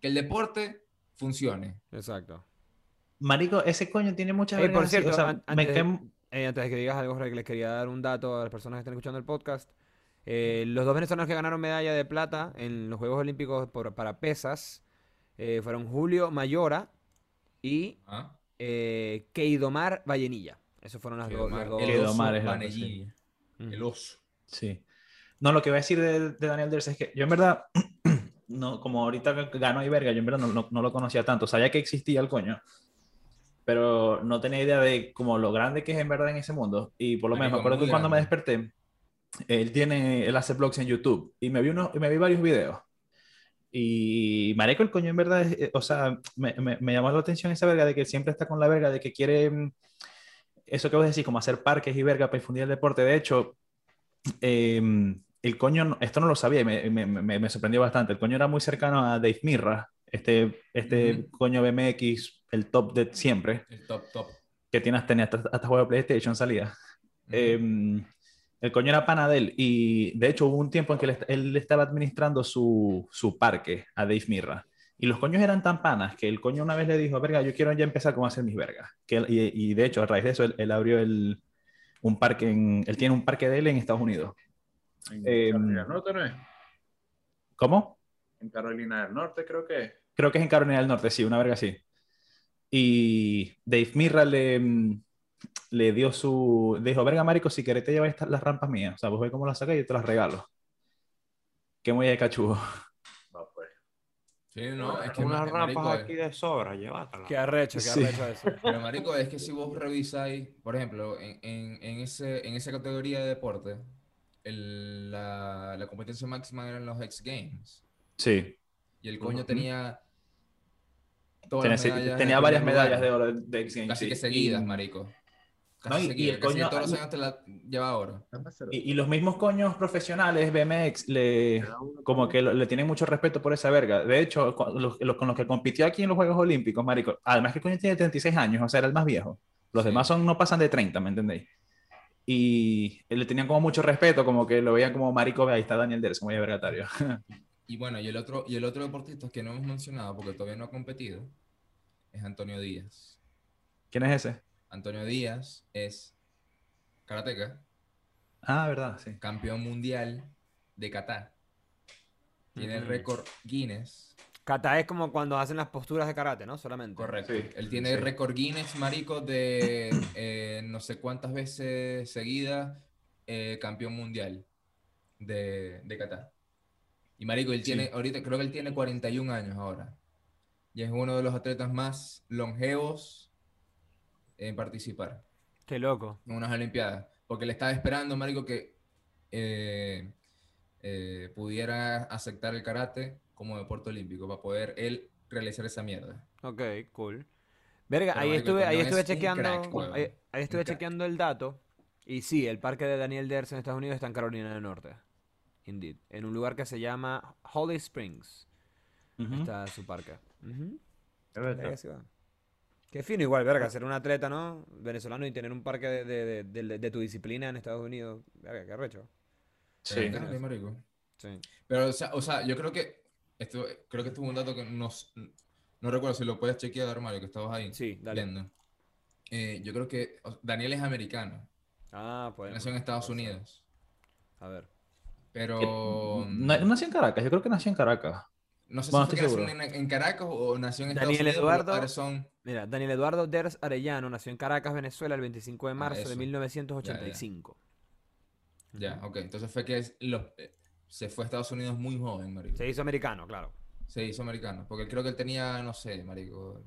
que el deporte funcione. Exacto. Marico, ese coño tiene muchas Ey, por vergas así, cierto, o sea, an- me antes, cae- de, eh, antes de que digas algo, Greg, les quería dar un dato a las personas que están escuchando el podcast. Eh, los dos venezolanos que ganaron medalla de plata en los Juegos Olímpicos por- para pesas eh, fueron Julio Mayora y ¿ah? eh, Keidomar Vallenilla. Esos fueron Ah, las dos. Omar- las dos- el Edomar. Omar es la Vanellini, Mm. el oso. Sí. No, lo que voy a decir de, de Daniel Ders es que yo en verdad, no, como ahorita ganó y verga, yo en verdad no, no- no lo conocía tanto. Sabía que existía el coño, pero no tenía idea de como lo grande que es en verdad en ese mundo. Y por lo menos me Marico, acuerdo muy que cuando me grande. desperté, él tiene, él hace blogs en YouTube y me vi, uno, me vi varios videos. Y Mareco, el coño en verdad, es- eh, o sea, me, me- me llamó la atención esa verga de que siempre está con la verga, de que quiere mm, eso que vos decís, como hacer parques y verga para difundir el deporte. De hecho, eh, el coño, no- esto no lo sabía y me, me- me- me sorprendió bastante. El coño era muy cercano a Dave Mirra, este, este Ujú. coño BMX, el top de siempre, El top, top. que tiene hasta, tenía hasta, hasta juego de PlayStation salía. Ujú. Eh, el coño era pana de él y de hecho hubo un tiempo en que él, est- él estaba administrando su, su parque a Dave Mirra. Y los coños eran tan panas que el coño una vez le dijo, verga, yo quiero ya empezar como hacer mis vergas. Que él- y, y de hecho, a raíz de eso, él, él abrió el, un parque, en, él tiene un parque de él en Estados Unidos. En Em, Eh, Carolina del Norte, ¿no es? ¿Cómo? En Carolina del Norte, creo que es. creo que es en Carolina del Norte, sí, una verga así. Y Dave Mirra le, mm, le dio su. le dijo, verga, Marico, si querés te llevar estas las rampas mías. O sea, vos ve cómo las sacas y yo te las regalo. Qué muy de cachugo. Va, pues. Sí, no, es que ma- Unas marico, rampas eh, aquí de sobra, llévatela. Qué arrecho, qué Sí. arrecho eso. Pero marico, es que si vos revisáis, por ejemplo, en, en, en ese, en esa categoría de deporte, el- la, la competencia máxima eran los X Games. Sí. Y el coño Ujú. tenía todas Tenía, las sí, medallas tenía en varias primer medallas de lugar. oro de X Games. Casi sí. que seguidas, Y- marico. Casi No, y- y seguidas. el Casi coño- ah, todos los años te la lleva ahora. y, y los mismos coños profesionales, BMX, le, Cada uno como que lo- le tienen mucho respeto por esa verga. De hecho, cu- los, los- con los que compitió aquí en los Juegos Olímpicos, Marico, además que el coño tiene 36 años, o sea, era el más viejo. Los Sí. demás son, no pasan de 30, ¿me entendéis? Y le tenían como mucho respeto, como que lo veían como Marico, ve, ahí está Daniel Derso, muy vergatario. Y bueno, y el otro, y el otro deportista que no hemos mencionado porque todavía no ha competido es Antonio Díaz. ¿Quién es ese? Antonio Díaz es karateca, Ah, verdad, sí. campeón mundial de Qatar. Tiene el Ujú. récord Guinness. Kata es como cuando hacen las posturas de karate, ¿no? Solamente. Correcto. Sí, Él tiene sí. el récord Guinness, marico, de eh, no sé cuántas veces seguidas eh, campeón mundial de, de Qatar. Y marico, él tiene, ahorita creo que él tiene 41 años ahora. Y es uno de los atletas más longevos en participar Qué loco. en unas Olimpiadas. Porque le estaba esperando, marico, que eh, eh, pudiera aceptar el karate como deporte olímpico para poder él realizar esa mierda. Ok, cool. Verga, Pero, ahí marico, el estuve, ahí coño estuve es un chequeando, crack, weón. ahí, ahí estuve crack. chequeando el dato y sí, el parque de Daniel Ders en Estados Unidos está en Carolina del Norte. Indeed, en un lugar que se llama Holly Springs ¿Mm? está su parque. Ujú. Verga, sí va. Qué fino igual, verga, ser un atleta, ¿no? Venezolano y tener un parque de, de- de- de- de tu disciplina en Estados Unidos. Verga, qué arrecho. Sí. Claro, Sí. marico. Sí. Pero, o sea, o sea, yo creo que esto, creo que esto es un dato que no, s- no recuerdo si lo puedes chequear, Mario, que estabas ahí Sí, dale. viendo. Eh, yo creo que o- Daniel es americano, Ah, pues. nació en Estados puede ser. Unidos, A ver. pero mm, Na- Eh, Nació en Caracas, yo creo que nació en Caracas. no sé bueno, si fue que estoy nació en, en Caracas o nació en Estados Daniel Unidos. pero los Eduardo. padres son- Mira, Daniel Eduardo Ders Arellano nació en Caracas, Venezuela, el 25 de marzo de Ah, eso. 1985. Ya, ok, entonces fue que es- los- eh, se fue a Estados Unidos muy joven, marico. Se hizo americano, claro. Se hizo americano, porque creo que él tenía, no sé, marico,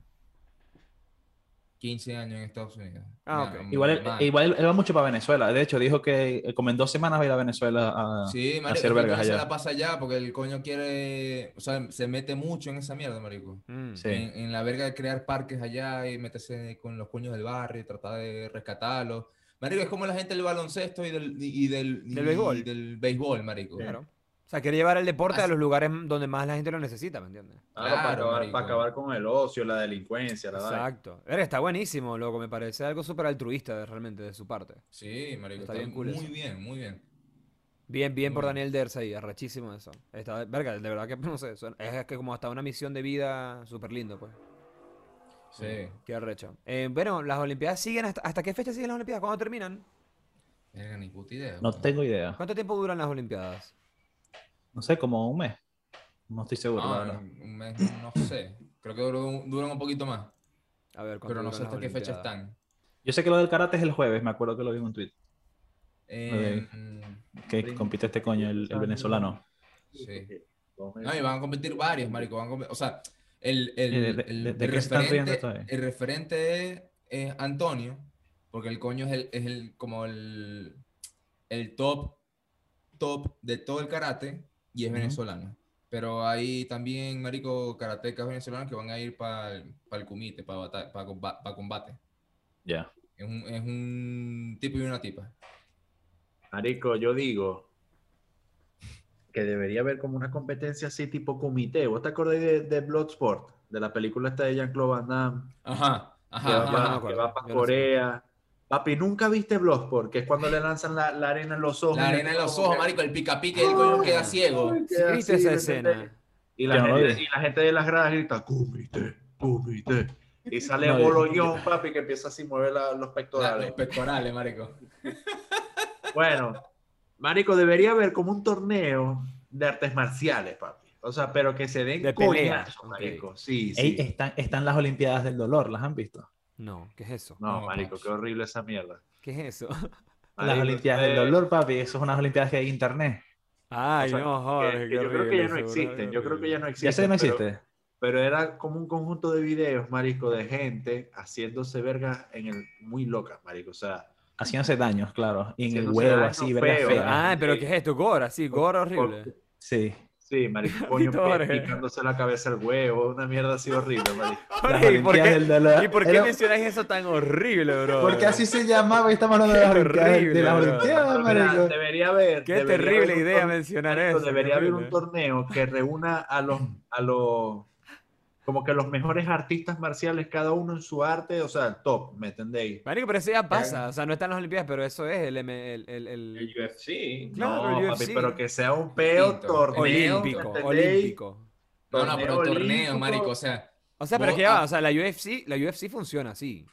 15 años en Estados Unidos. Ah, Una- ok. una Igual, él, mamada. igual él, él va mucho para Venezuela. De hecho, dijo que eh, como en dos semanas va a ir a Venezuela a... Sí, marico, ah, hacer el vergas coño se allá. la pasa allá porque el coño quiere, o sea, se mete mucho en esa mierda, marico. Mm. Sí. En, en la verga de crear parques allá y meterse con los coños del barrio y tratar de rescatarlos. Marico, es como la gente del baloncesto y del, y del, y Del béisbol. del béisbol, marico. Claro. O sea, quiere llevar el deporte a Así- los lugares donde más la gente lo necesita, ¿me entiendes? Claro, Ah, para, Claro, acabar, marico. para acabar con el ocio, la delincuencia, la vaina. eh. Exacto. Verga, está buenísimo, loco. Me parece algo súper altruista eh, de- realmente de su parte. Sí, marico, está Está bien cool muy eso. bien, muy bien. Bien, bien por Bueno. Daniel Ders ahí, arrachísimo eso. Está, verga, de verdad que no sé, suena- es que como hasta una misión de vida súper lindo, pues. Sí. Qué arrecho. Eh, bueno, las Olimpiadas siguen hasta, ¿hasta qué fecha siguen las Olimpiadas? ¿Cuándo terminan? Verga, ni puta idea. No weón. tengo idea. ¿Cuánto tiempo duran las Olimpiadas? No sé, como un mes. No estoy seguro, la Ah, verdad. un mes, no sé. Creo que duró un- duran un poquito más. A ver, ¿cuánto Pero no duran sé las hasta qué fecha Olimpiadas? están. Yo sé que lo del karate es el jueves, me acuerdo que lo vi en un tweet. Eh, Que compite este coño, el, el venezolano. sí. Dos No, y van a competir varios, marico. Van a comp- o sea, el, el, ¿Y de- de- el- de- de el qué se están riendo eh. referente, todavía? el referente es, es Antonio, porque el coño es el, es el como el, el top, top de todo el karate y es Ujú. venezolano. Pero hay también, marico, karatecas venezolanos que van a ir para el, kumite, para combate. Ya. Es un, es un tipo y una tipa. Marico, yo digo que debería haber como una competencia así tipo comité. ¿Vos te acordáis de, de Bloodsport? De la película esta de Jean-Claude Van Damme, Ajá, que ajá, va ajá. yo Ah, no me para, acuerdo, yo no sé. Corea. Papi, ¿nunca viste Bloodsport? Que es cuando le lanzan la, la arena en los ojos. La y le arena en queda los como ojos, que- marico, el pica pica y el coño queda ciego. Ay, ¿Sí queda ¿Viste así, esa ¿me entendés? escena? Y Yo la, no lo gente, vi. y la gente de las gradas grita, comité, comité. Y sale No, yo- Boloñón, papi, que empieza así a mover la- los La- los pectorales. pectorales, marico. Bueno, Marico, debería haber como un torneo de artes marciales, papi. O sea, pero que se den De coñazos, pelea, marico. Sí, sí. Ey, están, están las Olimpiadas del Dolor, ¿las han visto? No, ¿qué es eso? No, No, marico, papi. qué horrible esa mierda. ¿Qué es eso? Las Marico, Olimpiadas eh, del Dolor, papi. Eso es unas Olimpiadas que hay en internet. Ay, O sea, no, que- joder, que yo creo que ya no existen, yo creo que ya no existen. ya sé que no pero- existe. Pero era como un conjunto de videos, marico, de gente haciéndose vergas en el muy locas, marico. O sea, Haciéndose daños, claro. Y en el Haciéndose huevo, daños así, verga feos. fea. Ah, pero Sí. ¿qué es esto? Gora, sí, Gora horrible. Sí. sí, marico, coño, Todo pe- horrible. picándose la cabeza al huevo, una mierda así horrible, marico. Las Ey, ¿por Olimpiadas qué- del Dolor. ¿Y por qué Era- mencionáis eso tan horrible, bro? Porque así se llamaba y estamos hablando de las Qué Olimpiadas. horrible, de las bro. Olimpiadas, Mira, marico. debería haber. Qué debería terrible haber un idea torneo- mencionar Marico, eso. debería haber un horrible. torneo que reúna a los, a los, como que los mejores artistas marciales, cada uno en su arte, o sea, el top, ¿me entendéis? Marico, pero eso ya pasa. O sea, no están las Olimpiadas, pero eso es el. M- el, el, el- El UFC. Claro, no, el papi, UFC. pero que sea un peo Distinto. torneo. ¿me Olímpico, entendéis? olímpico. No, no, pero Torneo torneo, olímpico. marico, o sea. O sea, pero es Vos- que ya va, ah. o sea, la UFC, la UFC funciona así.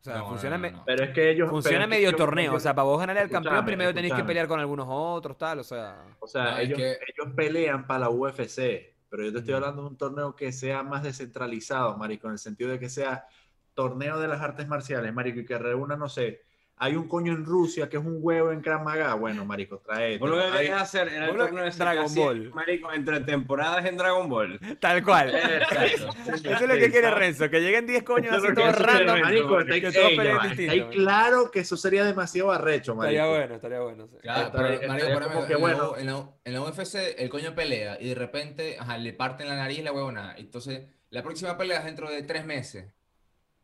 O sea, no, no, funciona, no, me- no. Pero es que ellos. funciona pero es que medio ellos- torneo. O sea, para vos ganar al campeón, Escuchame, primero tenéis que escuchame. pelear con algunos otros, tal, o sea. O sea, Ah, No, es ellos, que- ellos pelean para la UFC, pero yo te estoy Ujú. hablando de un torneo que sea más descentralizado, marico, en el sentido de que sea torneo de las artes marciales, marico, y que reúna, no sé, hay un coño en Rusia que es un huevo en Krav Maga, bueno, marico, trae. Vos lo que eh, querías hacer era el Vos lo- torneo ese Dragon que hacían, Ball. Marico, entre temporadas en Dragon Ball. Tal cual. Eh, Exacto. Eso es lo que quiere Renzo, que lleguen 10 coños Eso así es lo que todos hace random. Renzo. Marico, está que ahí- todos ey, peleen ya va, está distinto, ahí marico. claro que eso sería demasiado arrecho, marico. Estaría bueno, estaría bueno. sí. Claro, Está- pero, está marico, como pero en, que la, bueno. U- en, la, U- en la UFC el coño pelea y de repente ajá, le parten la nariz y la huevona. Entonces, la próxima pelea es dentro de tres meses.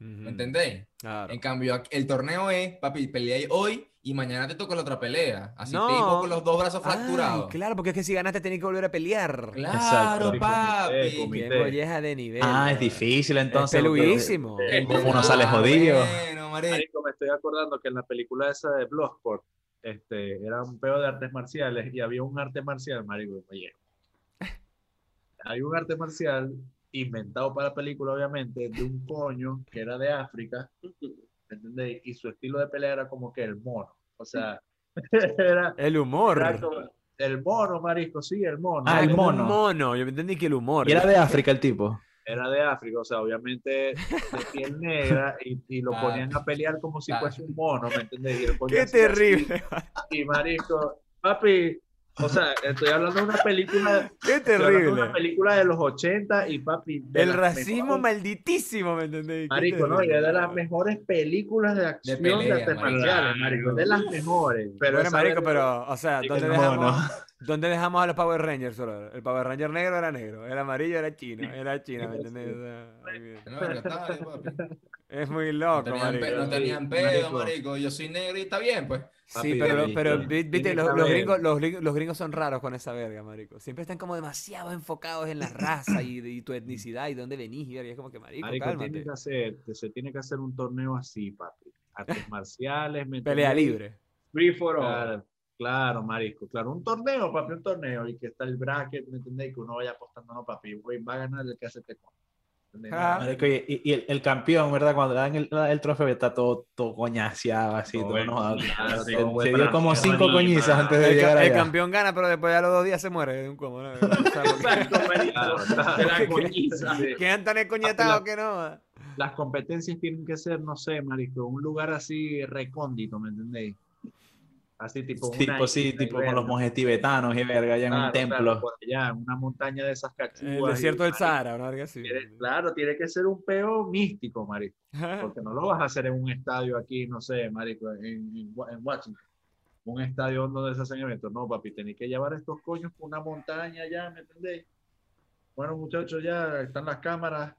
Ujú. ¿Me entendéis? Mm, Claro. En cambio, aquí- el torneo es, papi, peleáis hoy y mañana te toca la otra pelea. Así No. te digo con los dos brazos Ay, fracturados. Ah, claro, porque es que si ganaste tenés que volver a pelear. Claro, Exacto. Comité, papi. comité. Qué molleja de nivel. Ah, es brother. difícil Es entonces. porque- peludísimo. Eh, Uno sale Ah, jodido. Bueno, marico. Marico, me estoy acordando que en la película esa de Bloodsport, este, era un peo de artes marciales y había un arte marcial, marico, oye. Hay un arte marcial inventado para la película, obviamente, de un coño que era de África, ¿entendéis? Y su estilo de pelea era como que el mono, o sea, era, El humor. era como- el mono, marico, sí, el mono. Ah, el era un mono. mono. Yo me entendí que el humor. Y era de África el tipo. Era de África, o sea, obviamente de piel negra y, y lo Ah. ponían a pelear como si Ah. fuese un mono, ¿me entendéis? Y el coño Qué hacía así, terrible. Y marico, papi, o sea, estoy hablando de una película, Qué estoy hablando de terrible. una película de los 80 y papi, de El las racismo mejores- malditísimo, ¿me entendéis? Qué marico, no, y terrible, es de las brother. mejores películas de acción de, pelea, artes marico. marciales, marico, de las mejores. Pero bueno, esa marico, verga- pero, o sea, ¿dónde el dejamos, mono. ¿dónde dejamos a los Power Rangers? brother? El Power Ranger negro era negro, el amarillo era chino, era chino, ¿me entendés? O sea, olvídate. No, pero está bien, papi. es muy No loco, tenían, marico. pe- no sí, tenían pedo, marico. marico. Yo soy negro y está bien, pues. Sí, Papi, pero, debiste, pero vi- viste, tienes los, que los saber. gringos, los, gring- los gringos son raros con esa verga, marico. Siempre están como demasiado enfocados en la raza y, y tu etnicidad y dónde venís. Y verga, es como que, marico, marico, tiene cálmate. que hacer, que se tiene que hacer un torneo así, papi. Artes marciales, ¿me Pelea entendés? libre. Free for all. Claro, Claro, marisco, claro. Un torneo, papi, un torneo. Y que está el bracket, ¿me entendéis? Que uno vaya apostando, no, papi, güey, va a ganar el que hace este tecón. ¿Entendéis? Ah. Marico, y, y- y el, el campeón, ¿verdad? Cuando le dan el, el trofeo, está todo, todo coñaceado, así, Todo todo enojado. coñazo, Se- todo se el dio como brazo, cinco hermanito. coñizas antes de El, ca- llegar el allá. campeón gana, pero después a los dos días se muere de un cómo, ¿no? O sea, porque Exacto, marico. Claro, Las te la coñizas. Quedan tan escoñetados que no. Las competencias tienen que ser, no sé, marisco, un lugar así recóndito, ¿me entendéis? Así pues tipo una Tipo, sí, isla y tipo con los verga. monjes tibetanos y verga, allá en Claro, pues. un claro, templo. por allá, en una montaña de esas cachubas. El y- desierto del marico, Sahara, una verga así. tiene- Claro, tiene que ser un peo místico, marico. Porque no lo vas a hacer en un estadio aquí, no sé, marico, en, en Wa- en Washington. Un estadio donde se hacen eventos. No, papi, tenéis que llevar a estos coños por una montaña ya, ¿me entendéis? Bueno, muchachos, ya están las cámaras.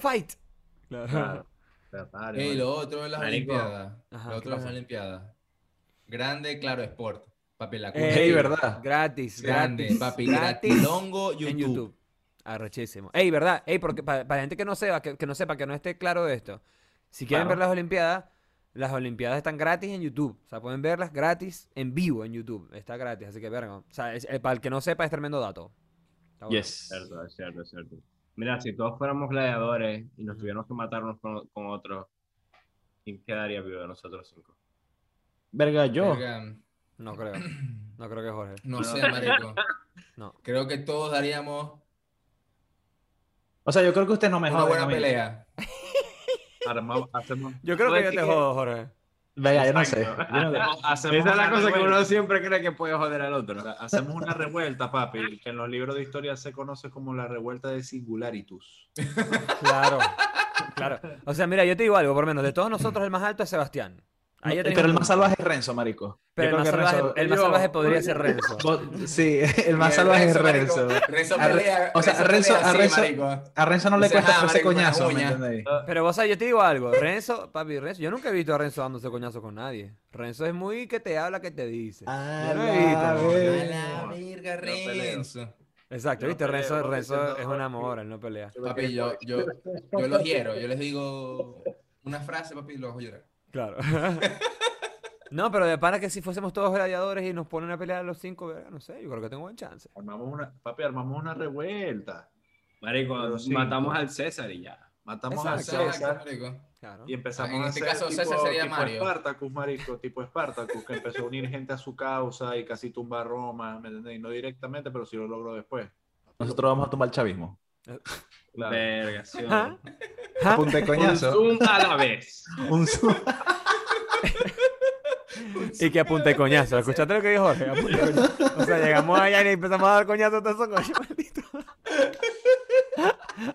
Fight. Claro, claro, claro, Ey, marico. Eh, lo otro es las Marico. Olimpiadas. Ajá, lo otro ¿qué es las pasó? Olimpiadas. Grande, claro, Sport. Papi, la Eh, Hey, sí. ¿verdad? Gratis, Grande, gratis. papi. gratis. Gratilongo, YouTube. en YouTube. Arrechísimo. Ey, ¿verdad? Ey, porque para, la gente que no sepa, que, que no sepa, que no esté claro de esto. Si quieren Claro. ver las Olimpiadas, las Olimpiadas están gratis en YouTube. O sea, pueden verlas gratis en vivo en YouTube. Está gratis, así que verga. O sea, es- eh, para el que no sepa, es tremendo dato. Está bueno. Yes. Cierto, es cierto, es cierto. Mira, si todos fuéramos gladiadores y nos tuviéramos que matarnos con, con otros, ¿quién quedaría vivo de nosotros cinco? Verga, yo. Verga, No creo. No creo que Jorge. No sé, marico. No. Creo que todos daríamos O sea, yo creo que usted no me una joden buena a mí. pelea. Armamos- hacemos- Yo creo que yo te jodo, Jorge. Verga, yo no sé. Exacto. Yo no sé. hacemos Esa es la una cosa que revuelta. uno siempre cree que puede joder al otro. Hacemos una revuelta, papi, que en los libros de historia se conoce como la revuelta de singularitus. Claro. Claro. O sea, mira, yo te digo algo, por lo menos. De todos nosotros, el más alto es Sebastián. Ahí ya tenés Pero un el más punto. salvaje es Renzo, marico. Pero el Yo más creo que salvaje, Renzo- el más yo- salvaje podría ser Renzo. Vos- Sí, el más Y salvaje es marico, Renzo. Renzo A Re- pelea. o sea, Renzo- pelea a así, Renzo- marico. A Renzo no le Dice, "Ah, cuesta hacerse marico, con la coñazo, ¿me uña". entendéis? Pero vos sabés, yo te digo algo, Renzo, papi, Renzo, yo nunca he visto a Renzo dándose coñazo con nadie. Renzo es muy que te habla, que te dice. Ah, Yo no he la visto, ¿no? A verga. la verga, Yo peleo. Renzo. Exacto, yo no viste, peleo, "Ah, Renzo, papi, Renzo siendo es una papi. mora, él no pelea. Papi, yo, yo, yo los quiero. Yo les digo una frase, papi, y los voy a llorar. Claro. No, pero de pana que si fuésemos todos gladiadores y nos ponen a pelear a los cinco, verga, no sé, yo creo que tengo buen chance. Armamos una, papi, armamos una revuelta. Marico, Pero sí, matamos ¿no? al César y ya. Matamos Ah, Exacto. a César marico. Claro. y empezamos En a este hacer caso, tipo, César sería tipo Mario. Spartacus, marico, tipo Spartacus, que empezó a unir gente a su causa y casi tumba a Roma, ¿me entendéis? No directamente, pero sí lo logró después. Nosotros vamos a tumbar el chavismo. Claro. Verga, sí. Ajá. Ajá. Punte de Un coñazo. zoom a la vez. Ah, Un zoom. Y que apunte coñazo, escuchaste lo que dijo Jorge, apunte coñazo. O sea, llegamos allá y le empezamos a dar coñazo a todos esos coños, maldito.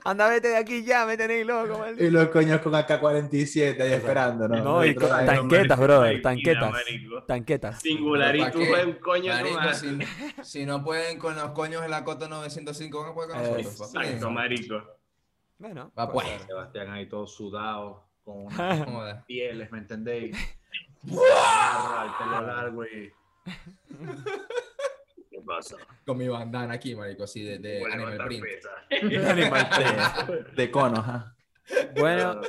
Anda, vete de aquí ya, me tenéis loco, maldito. Y los coños con AK-47 ahí esperando, ¿no? No, y Nosotros con- ahí. tan- Tanquetas, brother, Tranquila, tanquetas. marico. Tanquetas. Singularitud ¿Pero pa' qué? es un coño de tu Marico, madre. si, si no pueden con los coños de la Cota 905, van a poder con Eh, nosotros, papi. Exacto, marico. Bueno, Va, puede pues. ser. Sebastián ahí todo sudado, con unas No joda. pieles, ¿me entendéis? Barba, el pelo largo y... ¿Qué pasa? Con mi bandana aquí, marico, así de, de Vuelvo a Animal levantar Eh, Print. pesas. De, de conos, ajá. Bueno,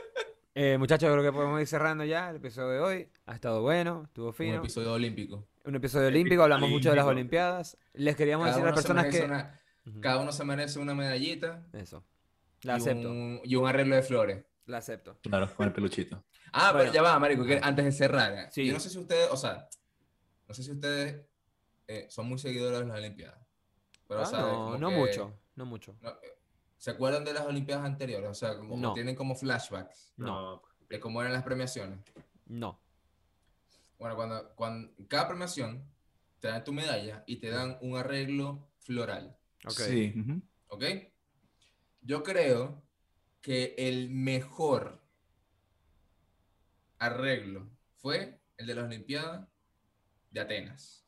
eh, muchachos, creo que podemos ir cerrando ya el episodio de hoy. Ha estado bueno, estuvo Un fino. episodio olímpico. Un episodio olímpico, hablamos mucho de las Olimpiadas. Les queríamos Cada decir a uno, las se personas merece que... una, Ujú, cada uno se merece una medallita Eso. La y, acepto, un, y un arreglo de flores. la acepto. Claro, con el peluchito. Ah, Bueno. pero ya va, Marico, que antes de cerrar. eh, Sí. Yo no sé si ustedes, o sea, no sé si ustedes eh, son muy seguidores de las Olimpiadas. Pero, Ah, o sea, no, como no que- mucho, no mucho. no, eh, ¿Se acuerdan de las Olimpiadas anteriores? O sea, como No. tienen como flashbacks No, No, de cómo eran las premiaciones. no. Bueno, cuando, cuando cada premiación te dan tu medalla y te dan un arreglo floral, Ok. Sí. ujú. ¿ok? Yo creo que el mejor arreglo fue el de las Olimpiadas de Atenas.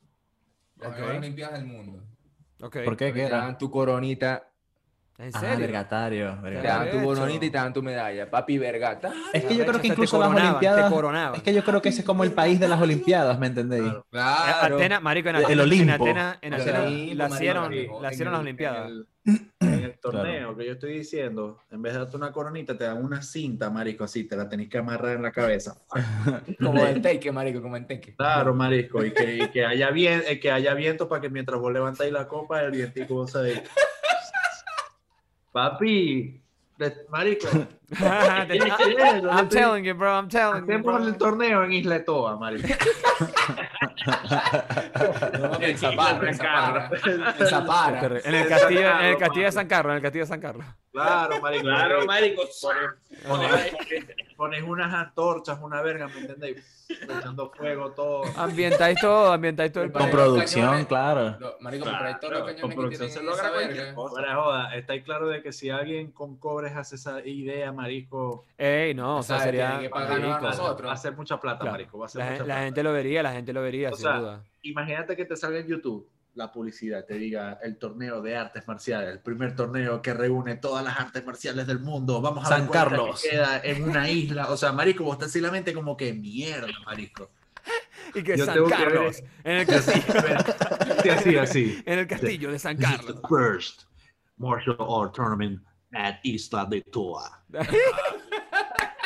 Las Ok. mejores Olimpiadas del mundo. Ok. ¿Por qué? ¿Qué Te era? dan tu coronita, ¿En Ah, serio? vergatario. te Claro. vergatario. dan tu coronita Arrecho. y te dan tu medalla. Papi, vergata. Es que yo creo Arrecho, o que sea, te incluso las coronaban, Olimpiadas. Te coronaban. Es que yo creo que ese es como el país de las Olimpiadas, ¿me entendéis? Claro. Claro. Eh, Atenas, marico, en El Atenas, en Olimpo. Atenas, en O sea, Atenas el Olimpo, la marico, hicieron, marico, la en hicieron las el- Olimpiadas. En el torneo que yo estoy diciendo, en vez de darte una coronita, te dan una cinta, marico, así, te la tenés que amarrar en la cabeza. Como en Teque, marico, como en Teque. Claro, marisco, y que, y que haya, bien, eh, que haya viento para que mientras vos levantáis la copa, el vientico vos sabés. Papi, de- marico, Ah, I'm telling you, bro. I'm telling you. hacemos el Bro. torneo en Isla de Toba, marico. No, en Zapata, en Zapata. En Zapata. En el castillo, en el castillo de San Carlos, en el castillo de San Carlos. Claro, marico. Claro, marico. Pones, pones unas antorchas, una verga, ¿me entendéis? Echando fuego todo. Ambientáis todo, ambientáis todo el Con Vale, país. producción, cañones. claro. Lo- Marico, pero Claro, hay todos los con cañones que producción tienen se en logra esa cualquier verga. cosa. Fuera de joda, está claro de que si alguien con cobres hace esa idea, marico, Ey, no, o sea, Sabes, sería. tienen que pagarnos a marico. va a hacer- nosotros. va a hacer mucha plata, Claro. marico, va a hacer La, mucha gen- la plata. gente lo vería, la gente lo vería, O sin sea, duda. Imagínate que te salga en YouTube la publicidad, te diga el torneo de artes marciales, el primer torneo que reúne todas las artes marciales del mundo. Vamos a ver San cuál Carlos. que queda en una isla. O sea, marico, vos estás así la mente como que mierda, marico. Y que Yo San tengo que ver- Carlos, en el castillo, Sí, así, así. en el castillo de San Carlos. First martial art tournament at Isla de Toa.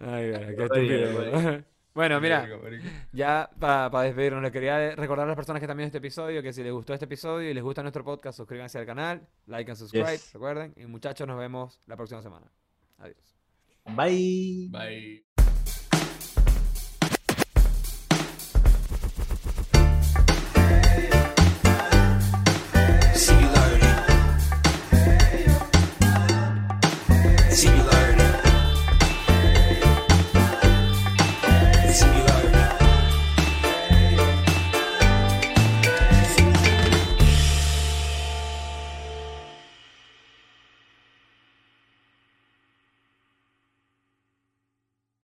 Ay, verga, qué Ay, estúpido. marico. Bueno, mira, Verga, marico. Ya para despedirnos, les quería recordar a las personas que están viendo este episodio que si les gustó este episodio y les gusta nuestro podcast, suscríbanse al canal, like and subscribe, Yes. recuerden. Y muchachos, nos vemos la próxima semana. Adiós. Bye. Bye.